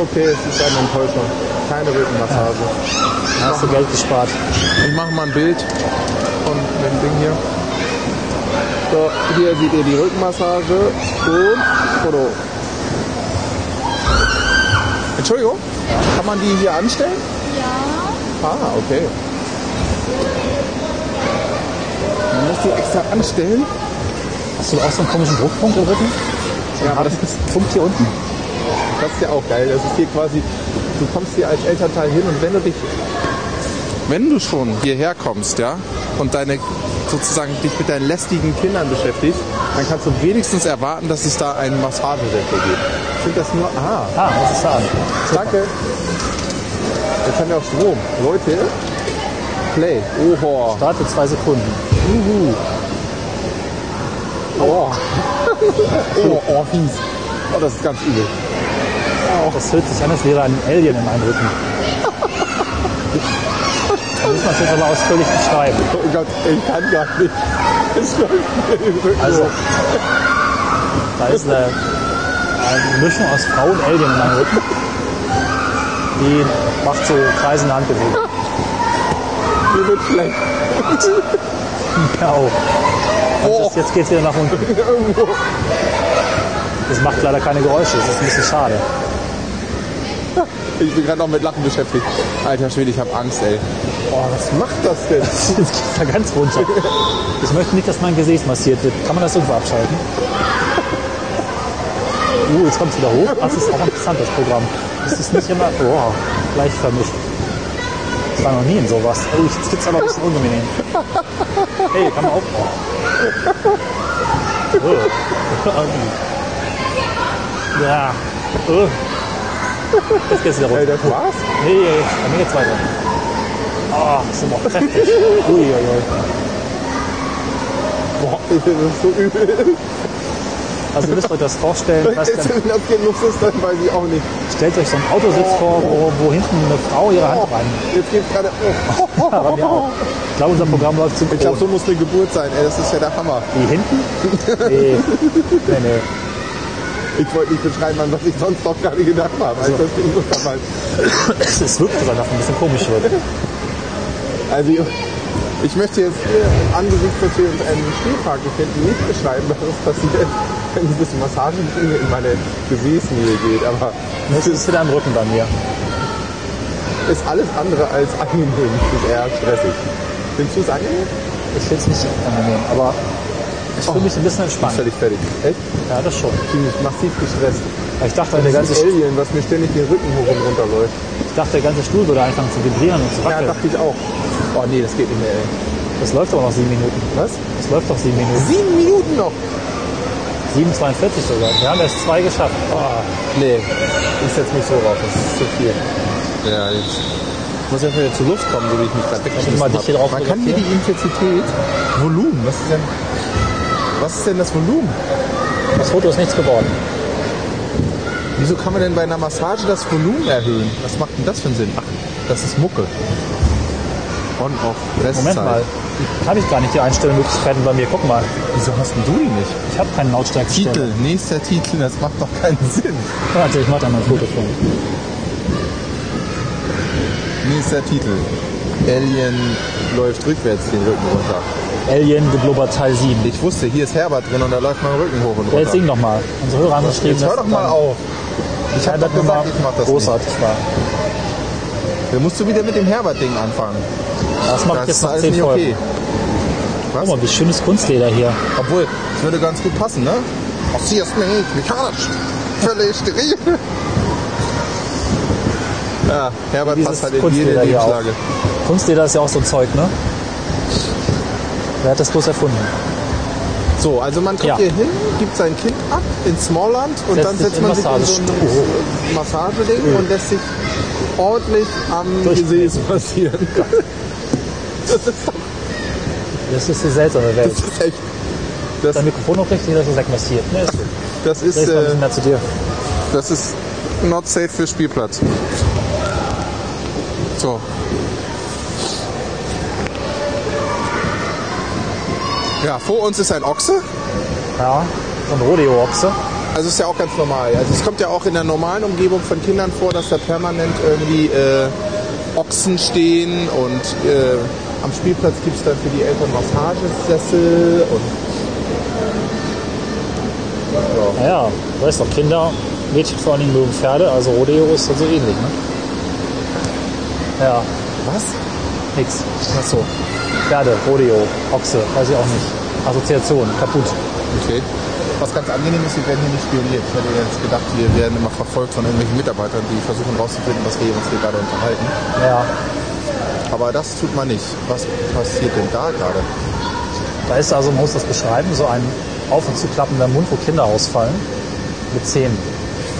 [SPEAKER 2] Okay, es ist eine Enttäuschung. Keine Rückenmassage.
[SPEAKER 3] Da hast du Geld gespart.
[SPEAKER 2] Ich mache mal ein Bild von dem Ding hier. So, hier seht ihr die Rückenmassage und Foto. Entschuldigung, kann man die hier anstellen? Ja. Ah, okay. Man muss die extra anstellen.
[SPEAKER 3] Hast du auch so einen komischen Druckpunkt im Rücken?
[SPEAKER 2] Ja, aber das ist
[SPEAKER 3] Punkt hier unten.
[SPEAKER 2] Das ist ja auch geil. Das ist hier quasi, du kommst hier als Elternteil hin und wenn du dich. Wenn du schon hierher kommst, ja, und deine sozusagen dich mit deinen lästigen Kindern beschäftigst, dann kannst du wenigstens erwarten, dass es da einen Massagesessel gibt. Ich finde das nur. Ah,
[SPEAKER 3] Ah, was ist da an?
[SPEAKER 2] danke. Jetzt haben wir auch Strom. Leute, Play. Oho.
[SPEAKER 3] Warte zwei Sekunden.
[SPEAKER 2] Juhu. Oh. oh, oh, fies. Oh, das ist ganz übel. oh.
[SPEAKER 3] Das hört sich an, als wäre ein Alien in meinem Rücken. Da müssen wir es jetzt aber ausführlich beschreiben.
[SPEAKER 2] Oh Gott, ich kann gar nicht. Es läuft mir im Rücken
[SPEAKER 3] Also,
[SPEAKER 2] hoch.
[SPEAKER 3] da ist eine, eine Mischung aus Frau und Alien in meinem Rücken. Die macht so kreisende Handbewegungen.
[SPEAKER 2] mir wird schlecht.
[SPEAKER 3] Ja, oh. Und das, jetzt geht's wieder nach unten. Das macht leider keine Geräusche, das ist ein bisschen schade.
[SPEAKER 2] Ich bin gerade noch mit Lachen beschäftigt. Alter Schwede, ich habe Angst, ey. Oh, was macht das denn?
[SPEAKER 3] Jetzt geht's da ganz runter. Ich möchte nicht, dass mein Gesäß massiert wird. Kann man das irgendwo abschalten? Uh, jetzt kommt's wieder hoch. Das ist auch interessant, das Programm. Das ist nicht immer oh, gleich vermischt. Ich war noch nie in sowas. Oh, jetzt wird's aber ein bisschen unangenehm. Hey, kann man aufbauen. Oh. Ja. Oh. Jetzt geht's wieder runter.
[SPEAKER 2] Ey, das war's?
[SPEAKER 3] Nee, nee, nee, bei mir geht's weiter. Oh, das ist aber auch kräftig. Uiuiui.
[SPEAKER 2] Boah, das ist so übel.
[SPEAKER 3] Also ihr müsst euch das vorstellen. Ich weiß
[SPEAKER 2] Jetzt,
[SPEAKER 3] gar nicht,
[SPEAKER 2] wenn das hier los ist, dann weiß ich auch nicht.
[SPEAKER 3] stellt euch so einen Autositz vor, wo, wo hinten eine Frau ihre
[SPEAKER 2] Oh,
[SPEAKER 3] Hand rein.
[SPEAKER 2] jetzt geht's gerade. Oh,
[SPEAKER 3] Ja, bei mir auch. Ich glaube, unser Programm läuft zu
[SPEAKER 2] Ich glaube,
[SPEAKER 3] groß.
[SPEAKER 2] so muss eine Geburt sein. Ey, das ist ja der Hammer.
[SPEAKER 3] Die hinten? Nee. nee, nee.
[SPEAKER 2] Ich wollte nicht beschreiben, an was ich sonst noch gerade gedacht habe, als das Ding so kam.
[SPEAKER 3] Es es wirkt sogar noch ein bisschen komisch wird.
[SPEAKER 2] Also, ich möchte jetzt hier, angesichts, dass wir uns einen Spielpark befinden, nicht beschreiben, was ist passiert, wenn dieses Massageding in meine Gesäßnähe geht. Aber
[SPEAKER 3] Das ist wieder am Rücken bei mir.
[SPEAKER 2] ist alles andere als angenehm. Es ist eher stressig. Findest du es angenehm?
[SPEAKER 3] Ich finde es nicht angenehm, aber ich fühle mich ein bisschen
[SPEAKER 2] Ist
[SPEAKER 3] entspannt.
[SPEAKER 2] völlig fertig. Echt?
[SPEAKER 3] Ja, das schon.
[SPEAKER 2] Ich bin massiv gestresst.
[SPEAKER 3] Aber ich dachte, der
[SPEAKER 2] Das
[SPEAKER 3] ganze,
[SPEAKER 2] ist ein Alien, was mir ständig den Rücken hoch und runter läuft.
[SPEAKER 3] ich dachte, der ganze Stuhl würde anfangen zu vibrieren und zu
[SPEAKER 2] Ja,
[SPEAKER 3] wackeln.
[SPEAKER 2] dachte ich auch. Oh nee, das geht nicht mehr, ey.
[SPEAKER 3] Das läuft aber noch sieben Minuten.
[SPEAKER 2] Was?
[SPEAKER 3] Das läuft noch sieben Minuten.
[SPEAKER 2] Sieben Minuten noch?
[SPEAKER 3] 7,42 sogar. Wir haben erst zwei geschafft. Oh,
[SPEAKER 2] Nee, ich setze mich so rauf, das ist zu viel. Ja, jetzt. Ich muss ja wieder zur Luft kommen, so wie ich mich gerade
[SPEAKER 3] ich mal dich hier drauf
[SPEAKER 2] Man kann hier die Intensität, Volumen, was ist denn, was ist denn das Volumen?
[SPEAKER 3] das Foto ist nichts geworden.
[SPEAKER 2] Wieso kann man denn bei einer Massage das Volumen erhöhen? Was macht denn das für einen Sinn? Ach, das ist Mucke. On, off, Restzeit.
[SPEAKER 3] Moment mal. Habe ich gar nicht die Einstellmöglichkeiten bei mir. Guck mal.
[SPEAKER 2] Wieso hast denn du die nicht?
[SPEAKER 3] Ich habe keinen Lautstärkestiel.
[SPEAKER 2] Titel, nächster Titel, das macht doch keinen Sinn.
[SPEAKER 3] Warte, ich mach da mal ein Foto von.
[SPEAKER 2] Nächster Titel. Alien läuft rückwärts den Rücken runter.
[SPEAKER 3] Alien Geblubber Teil 7.
[SPEAKER 2] Ich wusste, hier ist Herbert drin und da läuft mein Rücken hoch und
[SPEAKER 3] Ja, jetzt
[SPEAKER 2] runter.
[SPEAKER 3] sing doch mal. Unsere Hörer haben geschrieben,
[SPEAKER 2] Jetzt hör
[SPEAKER 3] dass
[SPEAKER 2] doch mal
[SPEAKER 3] dann-
[SPEAKER 2] auf. Ich
[SPEAKER 3] Ja,
[SPEAKER 2] hab doch
[SPEAKER 3] das
[SPEAKER 2] gesagt,
[SPEAKER 3] war
[SPEAKER 2] ich mach das nicht.
[SPEAKER 3] großartig war.
[SPEAKER 2] Dann musst du wieder mit dem Herbert-Ding anfangen.
[SPEAKER 3] Das macht
[SPEAKER 2] das
[SPEAKER 3] jetzt
[SPEAKER 2] ist
[SPEAKER 3] noch
[SPEAKER 2] alles
[SPEAKER 3] 10
[SPEAKER 2] nicht
[SPEAKER 3] Folgen.
[SPEAKER 2] okay.
[SPEAKER 3] Guck mal, wie schönes Kunstleder hier.
[SPEAKER 2] Obwohl, es würde ganz gut passen, ne? Ach, sie ist nicht mechanisch. Völlig steril. Ja, Herbert
[SPEAKER 3] Dieses
[SPEAKER 2] passt halt in jede
[SPEAKER 3] Kunstleder hier auch.
[SPEAKER 2] Lebenslage.
[SPEAKER 3] Kunstleder ist ja auch so ein Zeug, ne? Wer hat das bloß erfunden?
[SPEAKER 2] So, also man kommt
[SPEAKER 3] Ja.
[SPEAKER 2] hier hin, gibt sein Kind ab ins Smallland und
[SPEAKER 3] Setzt
[SPEAKER 2] dann
[SPEAKER 3] sich
[SPEAKER 2] setzt
[SPEAKER 3] in Oh.
[SPEAKER 2] man sich in so ein
[SPEAKER 3] Massagestuhl.
[SPEAKER 2] äh, Massageding und lässt sich ordentlich am
[SPEAKER 3] Durch-
[SPEAKER 2] Gesäß passieren. Das ist doch
[SPEAKER 3] Das ist die seltsame Welt.
[SPEAKER 2] das ist echt. Das,
[SPEAKER 3] Dein Mikrofon noch richtig, dass es wegmassiert. Ne, ist gut.
[SPEAKER 2] das
[SPEAKER 3] Dreh
[SPEAKER 2] ist,
[SPEAKER 3] ich mal ein
[SPEAKER 2] äh,
[SPEAKER 3] bisschen mehr zu dir.
[SPEAKER 2] das ist not safe für Spielplatz. So. Ja, vor uns ist ein Ochse.
[SPEAKER 3] Ja, so ein Rodeo-Ochse.
[SPEAKER 2] Also ist ja auch ganz normal. Also es kommt ja auch in der normalen Umgebung von Kindern vor, dass da permanent irgendwie äh, Ochsen stehen und äh, am Spielplatz gibt es dann für die Eltern Massagesessel und
[SPEAKER 3] Naja, du weißt doch, Kinder, Mädchen vor allen Dingen mögen Pferde, also Rodeo ist dann so ähnlich, ne? Ja,
[SPEAKER 2] was?
[SPEAKER 3] nix. Ach so. Pferde, Rodeo, Ochse, weiß ich auch nicht. Assoziation, kaputt.
[SPEAKER 2] Okay. Was ganz angenehm ist, wir werden hier nicht spioniert. Ich hätte jetzt gedacht, wir werden immer verfolgt von irgendwelchen Mitarbeitern, die versuchen rauszufinden, was wir uns hier gerade unterhalten.
[SPEAKER 3] Ja,
[SPEAKER 2] Aber das tut man nicht. Was passiert denn da gerade?
[SPEAKER 3] da ist also, man muss das beschreiben, so ein auf- und zuklappender Mund, wo Kinder ausfallen, mit Zähnen.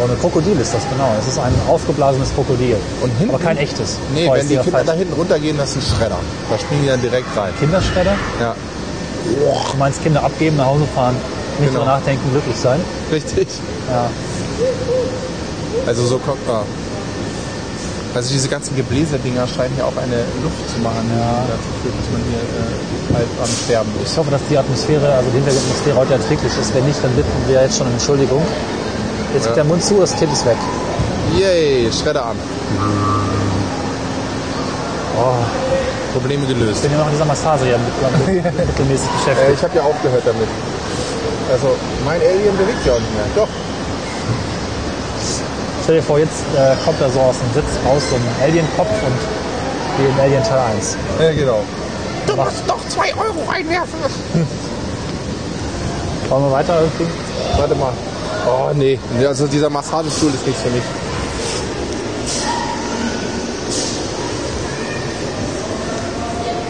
[SPEAKER 3] Und ein Krokodil ist das, genau. Es ist ein aufgeblasenes Krokodil.
[SPEAKER 2] Und hinten-
[SPEAKER 3] Aber kein echtes.
[SPEAKER 2] Nee,
[SPEAKER 3] Oh,
[SPEAKER 2] wenn
[SPEAKER 3] ist
[SPEAKER 2] die
[SPEAKER 3] wieder
[SPEAKER 2] Kinder da
[SPEAKER 3] falsch.
[SPEAKER 2] hinten runtergehen, das ist ein Schredder. Da springen die dann direkt rein.
[SPEAKER 3] Kinderschredder?
[SPEAKER 2] Ja,
[SPEAKER 3] Du meinst Kinder abgeben, nach Hause fahren, nicht
[SPEAKER 2] Genau.
[SPEAKER 3] drüber nachdenken, glücklich sein?
[SPEAKER 2] richtig.
[SPEAKER 3] Ja.
[SPEAKER 2] Also so kommt man. Also diese ganzen Gebläsedinger scheinen hier auch eine Luft zu machen, die dazu führt, dass man hier äh, halb am Sterben ist.
[SPEAKER 3] Ich hoffe, dass die Atmosphäre, also die Hintergrundatmosphäre heute erträglich ist. Wenn nicht, dann bitten wir jetzt schon um Entschuldigung. Jetzt geht der Mund zu, das Kind ist weg.
[SPEAKER 2] Yay, Schredder an. Ah. Oh, Probleme gelöst.
[SPEAKER 3] Ich bin ja noch in dieser Massage hier mit, mit, mittelmäßig
[SPEAKER 2] Äh,
[SPEAKER 3] beschäftigt.
[SPEAKER 2] ich habe ja aufgehört damit. Also mein Alien bewegt ja auch nicht mehr. Doch.
[SPEAKER 3] Stell dir vor, jetzt äh, kommt er so aus dem Sitz raus, so ein Alien-Kopf und wie in Alien Teil 1.
[SPEAKER 2] Ja, genau.
[SPEAKER 1] Du musst noch zwei Euro reinwerfen.
[SPEAKER 3] Wollen wir weiter irgendwie?
[SPEAKER 2] Warte mal. Oh nee, Nee, also dieser Massagestuhl ist nichts für mich.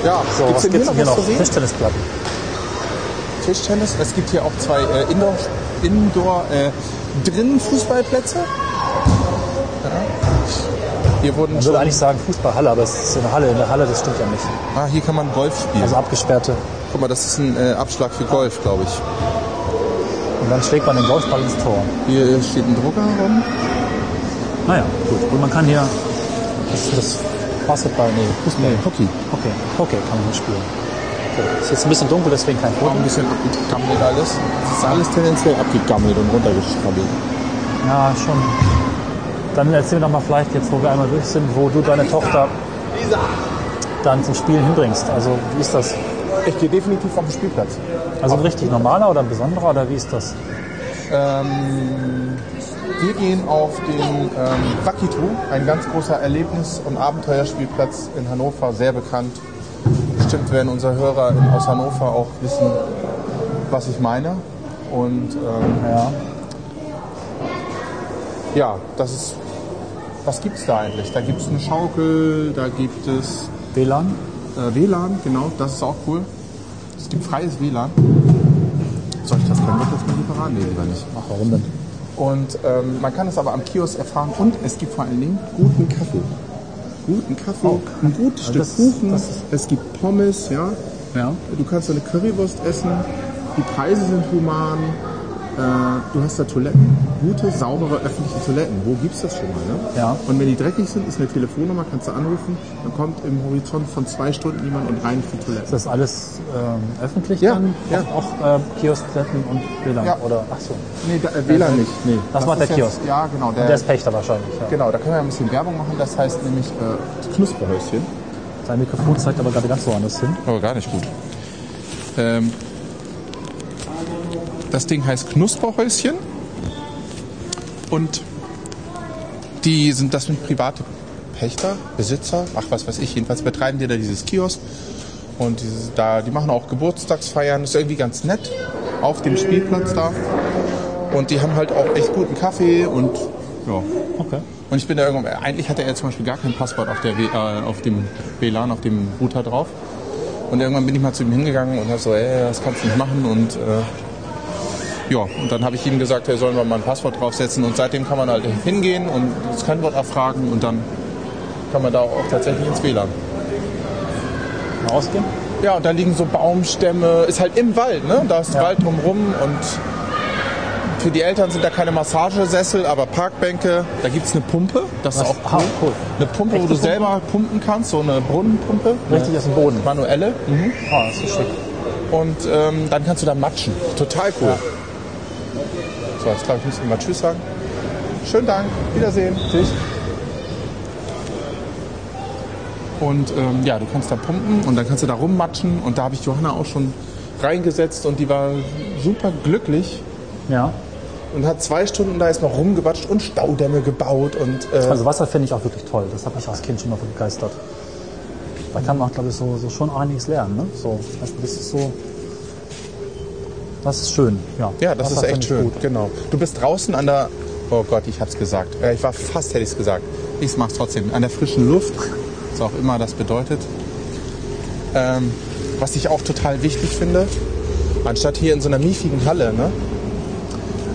[SPEAKER 2] Ja,
[SPEAKER 3] So,
[SPEAKER 2] gibt's
[SPEAKER 3] was
[SPEAKER 2] denn
[SPEAKER 3] gibt's denn hier noch?
[SPEAKER 2] was zu sehen?
[SPEAKER 3] Tischtennisplatten.
[SPEAKER 2] Tischtennis. Es gibt hier auch zwei äh, Indoor, Indoor äh, drinnen Fußballplätze. Ja. Hier wurden
[SPEAKER 3] Man würde
[SPEAKER 2] schon,
[SPEAKER 3] eigentlich sagen Fußballhalle, aber es ist eine Halle. In der Halle, das stimmt ja nicht.
[SPEAKER 2] ah, hier kann man Golf spielen.
[SPEAKER 3] Also abgesperrte.
[SPEAKER 2] Guck mal, das ist ein äh, Abschlag für Golf, glaube ich.
[SPEAKER 3] Und dann schlägt man den Golfball ins Tor.
[SPEAKER 2] Hier steht ein Drucker rum.
[SPEAKER 3] Naja, gut. Und man kann hier das, das Basketball, nee, Fußball.
[SPEAKER 2] Nee, Hockey.
[SPEAKER 3] Okay, okay, kann man hier spielen. Okay. Ist jetzt ein bisschen dunkel, deswegen kein
[SPEAKER 2] Auch
[SPEAKER 3] Foto.
[SPEAKER 2] ein bisschen abgegammelt alles. Das ist alles tendenziell abgegammelt und runtergeschrabbelt.
[SPEAKER 3] Ja, schon. Dann erzähl doch mal vielleicht jetzt, wo wir einmal durch sind, wo du deine Tochter dann zum Spielen hinbringst. Also wie ist das?
[SPEAKER 2] Ich gehe definitiv auf den Spielplatz.
[SPEAKER 3] Also ein richtig normaler oder ein besonderer oder wie ist das?
[SPEAKER 2] Ähm, wir gehen auf den ähm, Wakitu, ein ganz großer Erlebnis- und Abenteuerspielplatz in Hannover, sehr bekannt. Bestimmt werden unsere Hörer in, aus Hannover auch wissen, was ich meine. Und ähm,
[SPEAKER 3] Ja.
[SPEAKER 2] ja, das ist. Was gibt's da eigentlich? Da gibt's eine Schaukel, da gibt es
[SPEAKER 3] WLAN?
[SPEAKER 2] äh, WLAN, genau, das ist auch cool. Es gibt freies WLAN. Soll ich das können? Wir dürfen die Paraden nee, lieber nicht.
[SPEAKER 3] Ach, warum denn?
[SPEAKER 2] Und ähm, man kann es aber am Kiosk erfahren und es gibt vor allen Dingen guten Kaffee. Guten Kaffee, ein gutes
[SPEAKER 3] Also
[SPEAKER 2] Stück
[SPEAKER 3] das ist-
[SPEAKER 2] Kuchen,
[SPEAKER 3] das ist-
[SPEAKER 2] es gibt Pommes, ja.
[SPEAKER 3] Ja.
[SPEAKER 2] Du kannst so eine Currywurst essen, die Preise sind human, äh, du hast da Toiletten, gute, saubere öffentliche Toiletten. Wo gibt's das schon mal, ne?
[SPEAKER 3] Ja.
[SPEAKER 2] Und wenn die dreckig sind, ist eine Telefonnummer, kannst du anrufen, dann kommt im Horizont von zwei Stunden jemand und reinigt die Toiletten.
[SPEAKER 3] Ist das alles ähm, öffentlich
[SPEAKER 2] Ja,
[SPEAKER 3] dann?
[SPEAKER 2] ja.
[SPEAKER 3] Auch, auch äh, Kioskplätzen und WLAN?
[SPEAKER 2] Ja.
[SPEAKER 3] Oder, ach so.
[SPEAKER 2] Nee, da, äh, WLAN nicht, nee.
[SPEAKER 3] Das macht
[SPEAKER 2] ist
[SPEAKER 3] der
[SPEAKER 2] jetzt-
[SPEAKER 3] Kiosk.
[SPEAKER 2] Ja, genau.
[SPEAKER 3] Der ist Pächter wahrscheinlich. Ja.
[SPEAKER 2] Genau, da können wir ein bisschen Werbung machen. Das heißt nämlich äh, Knusperhäuschen.
[SPEAKER 3] Sein Mikrofon zeigt aber gerade ganz woanders hin.
[SPEAKER 2] Aber gar nicht gut. Ähm, das Ding heißt Knusperhäuschen. Und die sind, das sind private Pächter, Besitzer, ach was weiß ich, jedenfalls betreiben die da dieses Kiosk. Und dieses, da, die machen auch Geburtstagsfeiern, ist irgendwie ganz nett auf dem Spielplatz da. Und die haben halt auch echt guten Kaffee und ja.
[SPEAKER 3] Okay.
[SPEAKER 2] Und ich bin da irgendwann, eigentlich hatte er zum Beispiel gar kein Passwort auf, der, W- äh, auf dem WLAN, auf dem Router drauf. Und irgendwann bin ich mal zu ihm hingegangen und habe so, ey, das kannst du nicht machen. Und äh, ja, und dann habe ich ihm gesagt, hey, sollen wir mal ein Passwort draufsetzen. Und seitdem kann man halt hingehen und das Kennwort erfragen und dann kann man da auch tatsächlich ins WLAN.
[SPEAKER 3] Mal ausgehen.
[SPEAKER 2] Ja, und da liegen so Baumstämme, ist halt im Wald, ne? Da ist
[SPEAKER 3] Ja.
[SPEAKER 2] Wald drumrum und für die Eltern sind da keine Massagesessel, aber Parkbänke. Da gibt's eine Pumpe, das ist
[SPEAKER 3] Was?
[SPEAKER 2] auch
[SPEAKER 3] Ah,
[SPEAKER 2] cool.
[SPEAKER 3] cool.
[SPEAKER 2] Eine Pumpe, wo
[SPEAKER 3] Echte
[SPEAKER 2] du
[SPEAKER 3] Pumpe?
[SPEAKER 2] selber pumpen kannst, so eine Brunnenpumpe.
[SPEAKER 3] Richtig aus dem Boden.
[SPEAKER 2] Manuelle. Mhm.
[SPEAKER 3] Ah, das ist schick.
[SPEAKER 2] Und ähm, dann kannst du da matschen. Total cool. So, jetzt glaube ich, müssen wir mal Tschüss sagen. Schönen Dank, Wiedersehen. Tschüss. Und ähm, ja, du kannst da pumpen und dann kannst du da rummatschen. Und da habe ich Johanna auch schon reingesetzt und die war super glücklich
[SPEAKER 3] Ja.
[SPEAKER 2] und hat zwei Stunden da jetzt noch rumgewatscht und Staudämme gebaut. Und äh,
[SPEAKER 3] Also Wasser finde ich auch wirklich toll. Das hat mich als Kind schon mal begeistert. Da kann man auch, glaube ich, so, so schon einiges lernen. Ne? So, also das ist so. Das ist schön. Ja,
[SPEAKER 2] ja, das ist
[SPEAKER 3] Wasser
[SPEAKER 2] echt
[SPEAKER 3] finde ich
[SPEAKER 2] schön. Genau. Du bist draußen an der. Oh Gott, ich hab's gesagt. Äh, ich war fast, hätte ich's gesagt. Ich mach's trotzdem. An der frischen Luft, was auch immer das bedeutet. Ähm, was ich auch total wichtig finde, anstatt hier in so einer miefigen Halle, ne?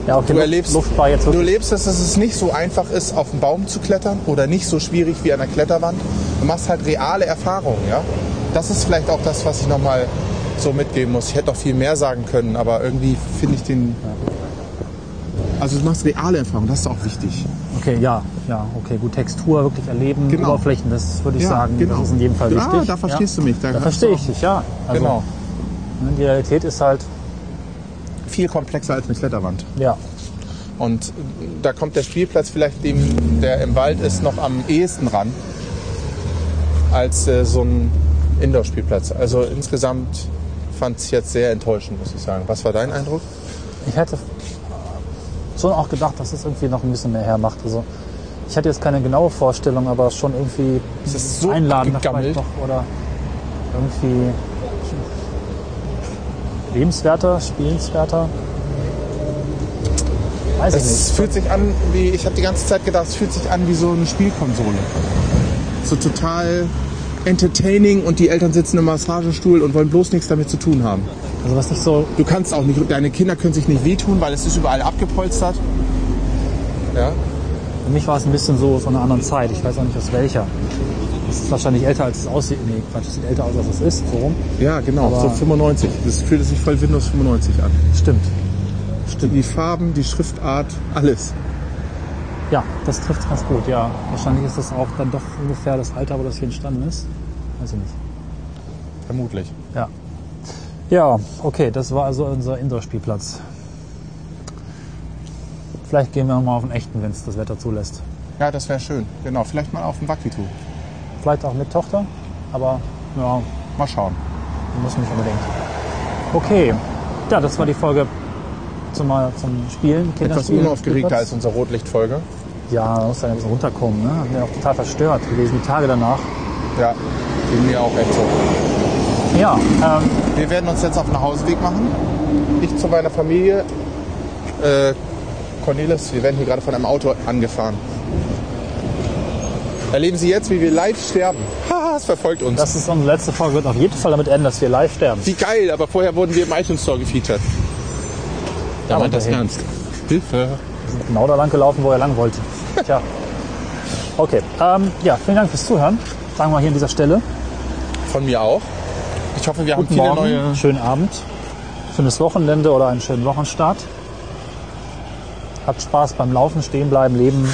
[SPEAKER 3] Ja, okay,
[SPEAKER 2] Du
[SPEAKER 3] Luft-
[SPEAKER 2] erlebst,
[SPEAKER 3] Luft war jetzt
[SPEAKER 2] du
[SPEAKER 3] wirklich.
[SPEAKER 2] erlebst, dass es nicht so einfach ist, auf einen Baum zu klettern oder nicht so schwierig wie an der Kletterwand. Du machst halt reale Erfahrungen, ja. Das ist vielleicht auch das, was ich nochmal so mitgeben muss. Ich hätte noch viel mehr sagen können, aber irgendwie finde ich den. Also du machst reale Erfahrungen, das ist auch wichtig.
[SPEAKER 3] Okay, ja, ja, okay, gut. Textur wirklich erleben,
[SPEAKER 2] Genau.
[SPEAKER 3] Oberflächen, das würde ich
[SPEAKER 2] Ja,
[SPEAKER 3] sagen,
[SPEAKER 2] genau.
[SPEAKER 3] das ist in jedem Fall
[SPEAKER 2] Ja,
[SPEAKER 3] wichtig.
[SPEAKER 2] da verstehst du mich, da
[SPEAKER 3] Da,
[SPEAKER 2] hast
[SPEAKER 3] verstehe
[SPEAKER 2] du
[SPEAKER 3] ich dich, ja. Also,
[SPEAKER 2] genau.
[SPEAKER 3] ne, Die Realität ist halt,
[SPEAKER 2] Viel komplexer als eine Kletterwand.
[SPEAKER 3] ja,
[SPEAKER 2] Und da kommt der Spielplatz vielleicht dem, der im Wald ist, noch am ehesten ran als äh, so ein Indoor-Spielplatz. Also insgesamt fand ich jetzt sehr enttäuschend, muss ich sagen. Was war dein Eindruck?
[SPEAKER 3] ich hätte schon auch gedacht, dass es irgendwie noch ein bisschen mehr hermacht. Also ich hatte jetzt keine genaue Vorstellung, aber schon irgendwie
[SPEAKER 2] Es ist so
[SPEAKER 3] einladender vielleicht
[SPEAKER 2] abgegammelt.
[SPEAKER 3] noch oder irgendwie lebenswerter, spielenswerter. Weiß ich nicht.
[SPEAKER 2] Es fühlt sich an wie, ich habe die ganze Zeit gedacht, es fühlt sich an wie so eine Spielkonsole. So total entertaining und die Eltern sitzen im Massagestuhl und wollen bloß nichts damit zu tun haben.
[SPEAKER 3] Also was nicht so,
[SPEAKER 2] Du kannst auch nicht, deine Kinder können sich nicht wehtun, weil es ist überall abgepolstert. Ja.
[SPEAKER 3] für mich war es ein bisschen so von einer anderen Zeit. Ich weiß auch nicht aus welcher. Es ist wahrscheinlich älter als es aussieht. Nee, Quatsch, es sieht älter aus als es ist. So rum.
[SPEAKER 2] Ja, genau.
[SPEAKER 3] Aber-
[SPEAKER 2] so 95. Das fühlt sich voll Windows 95 an.
[SPEAKER 3] Stimmt.
[SPEAKER 2] Stimmt. Die Farben, die Schriftart, alles.
[SPEAKER 3] Ja, das trifft es ganz gut, ja. Wahrscheinlich ist das auch dann doch ungefähr das Alter, wo das hier entstanden ist. Weiß ich nicht.
[SPEAKER 2] Vermutlich.
[SPEAKER 3] Ja. Ja, okay, das war also unser Indoor-Spielplatz. Vielleicht gehen wir nochmal auf den echten, wenn es das Wetter zulässt.
[SPEAKER 2] Ja, das wäre schön. Genau. Vielleicht mal auf dem Wackito.
[SPEAKER 3] Vielleicht auch mit Tochter, aber ja,
[SPEAKER 2] Mal schauen.
[SPEAKER 3] muss nicht unbedingt. Okay, ja, das war die Folge zum, zum Spielen.
[SPEAKER 2] Etwas
[SPEAKER 3] Kinderspielen,
[SPEAKER 2] unaufgeregter
[SPEAKER 3] Spielplatz.
[SPEAKER 2] als unsere Rotlichtfolge.
[SPEAKER 3] Ja, man muss dann ein bisschen runterkommen. Ne? Hat mir auch total verstört gewesen, die Tage danach.
[SPEAKER 2] Ja. Gehen mir auch echt so.
[SPEAKER 3] Ja, ähm,
[SPEAKER 2] Wir werden uns jetzt auf den Hausweg machen. Ich zu meiner Familie. Äh, Cornelis, wir werden hier gerade von einem Auto angefahren. Erleben Sie jetzt, wie wir live sterben. Haha, es verfolgt uns.
[SPEAKER 3] das ist unsere letzte Folge. Wird auf jeden Fall damit enden, dass wir live sterben.
[SPEAKER 2] wie geil, aber vorher wurden wir im iTunes Store gefeatured.
[SPEAKER 3] Ja,
[SPEAKER 2] Aber das
[SPEAKER 3] weiterhin.
[SPEAKER 2] ernst. Hilfe.
[SPEAKER 3] genau da lang gelaufen, wo er lang wollte. Tja. Okay. Ähm, ja, vielen Dank fürs Zuhören. Sagen wir hier an dieser Stelle.
[SPEAKER 2] Von mir auch. Ich hoffe, wir haben
[SPEAKER 3] Guten
[SPEAKER 2] viele
[SPEAKER 3] Morgen,
[SPEAKER 2] neue.
[SPEAKER 3] schönen Abend, schönes Wochenende oder einen schönen Wochenstart. Habt Spaß beim Laufen, Stehen bleiben, Leben.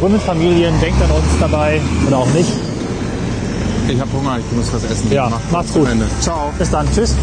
[SPEAKER 3] Ruhe mit Familien, denkt an uns dabei oder auch nicht.
[SPEAKER 2] Ich habe Hunger, ich muss was essen.
[SPEAKER 3] Ja,
[SPEAKER 2] Macht's
[SPEAKER 3] macht's
[SPEAKER 2] gut.
[SPEAKER 3] gut.
[SPEAKER 2] Ciao.
[SPEAKER 3] Bis dann, tschüss.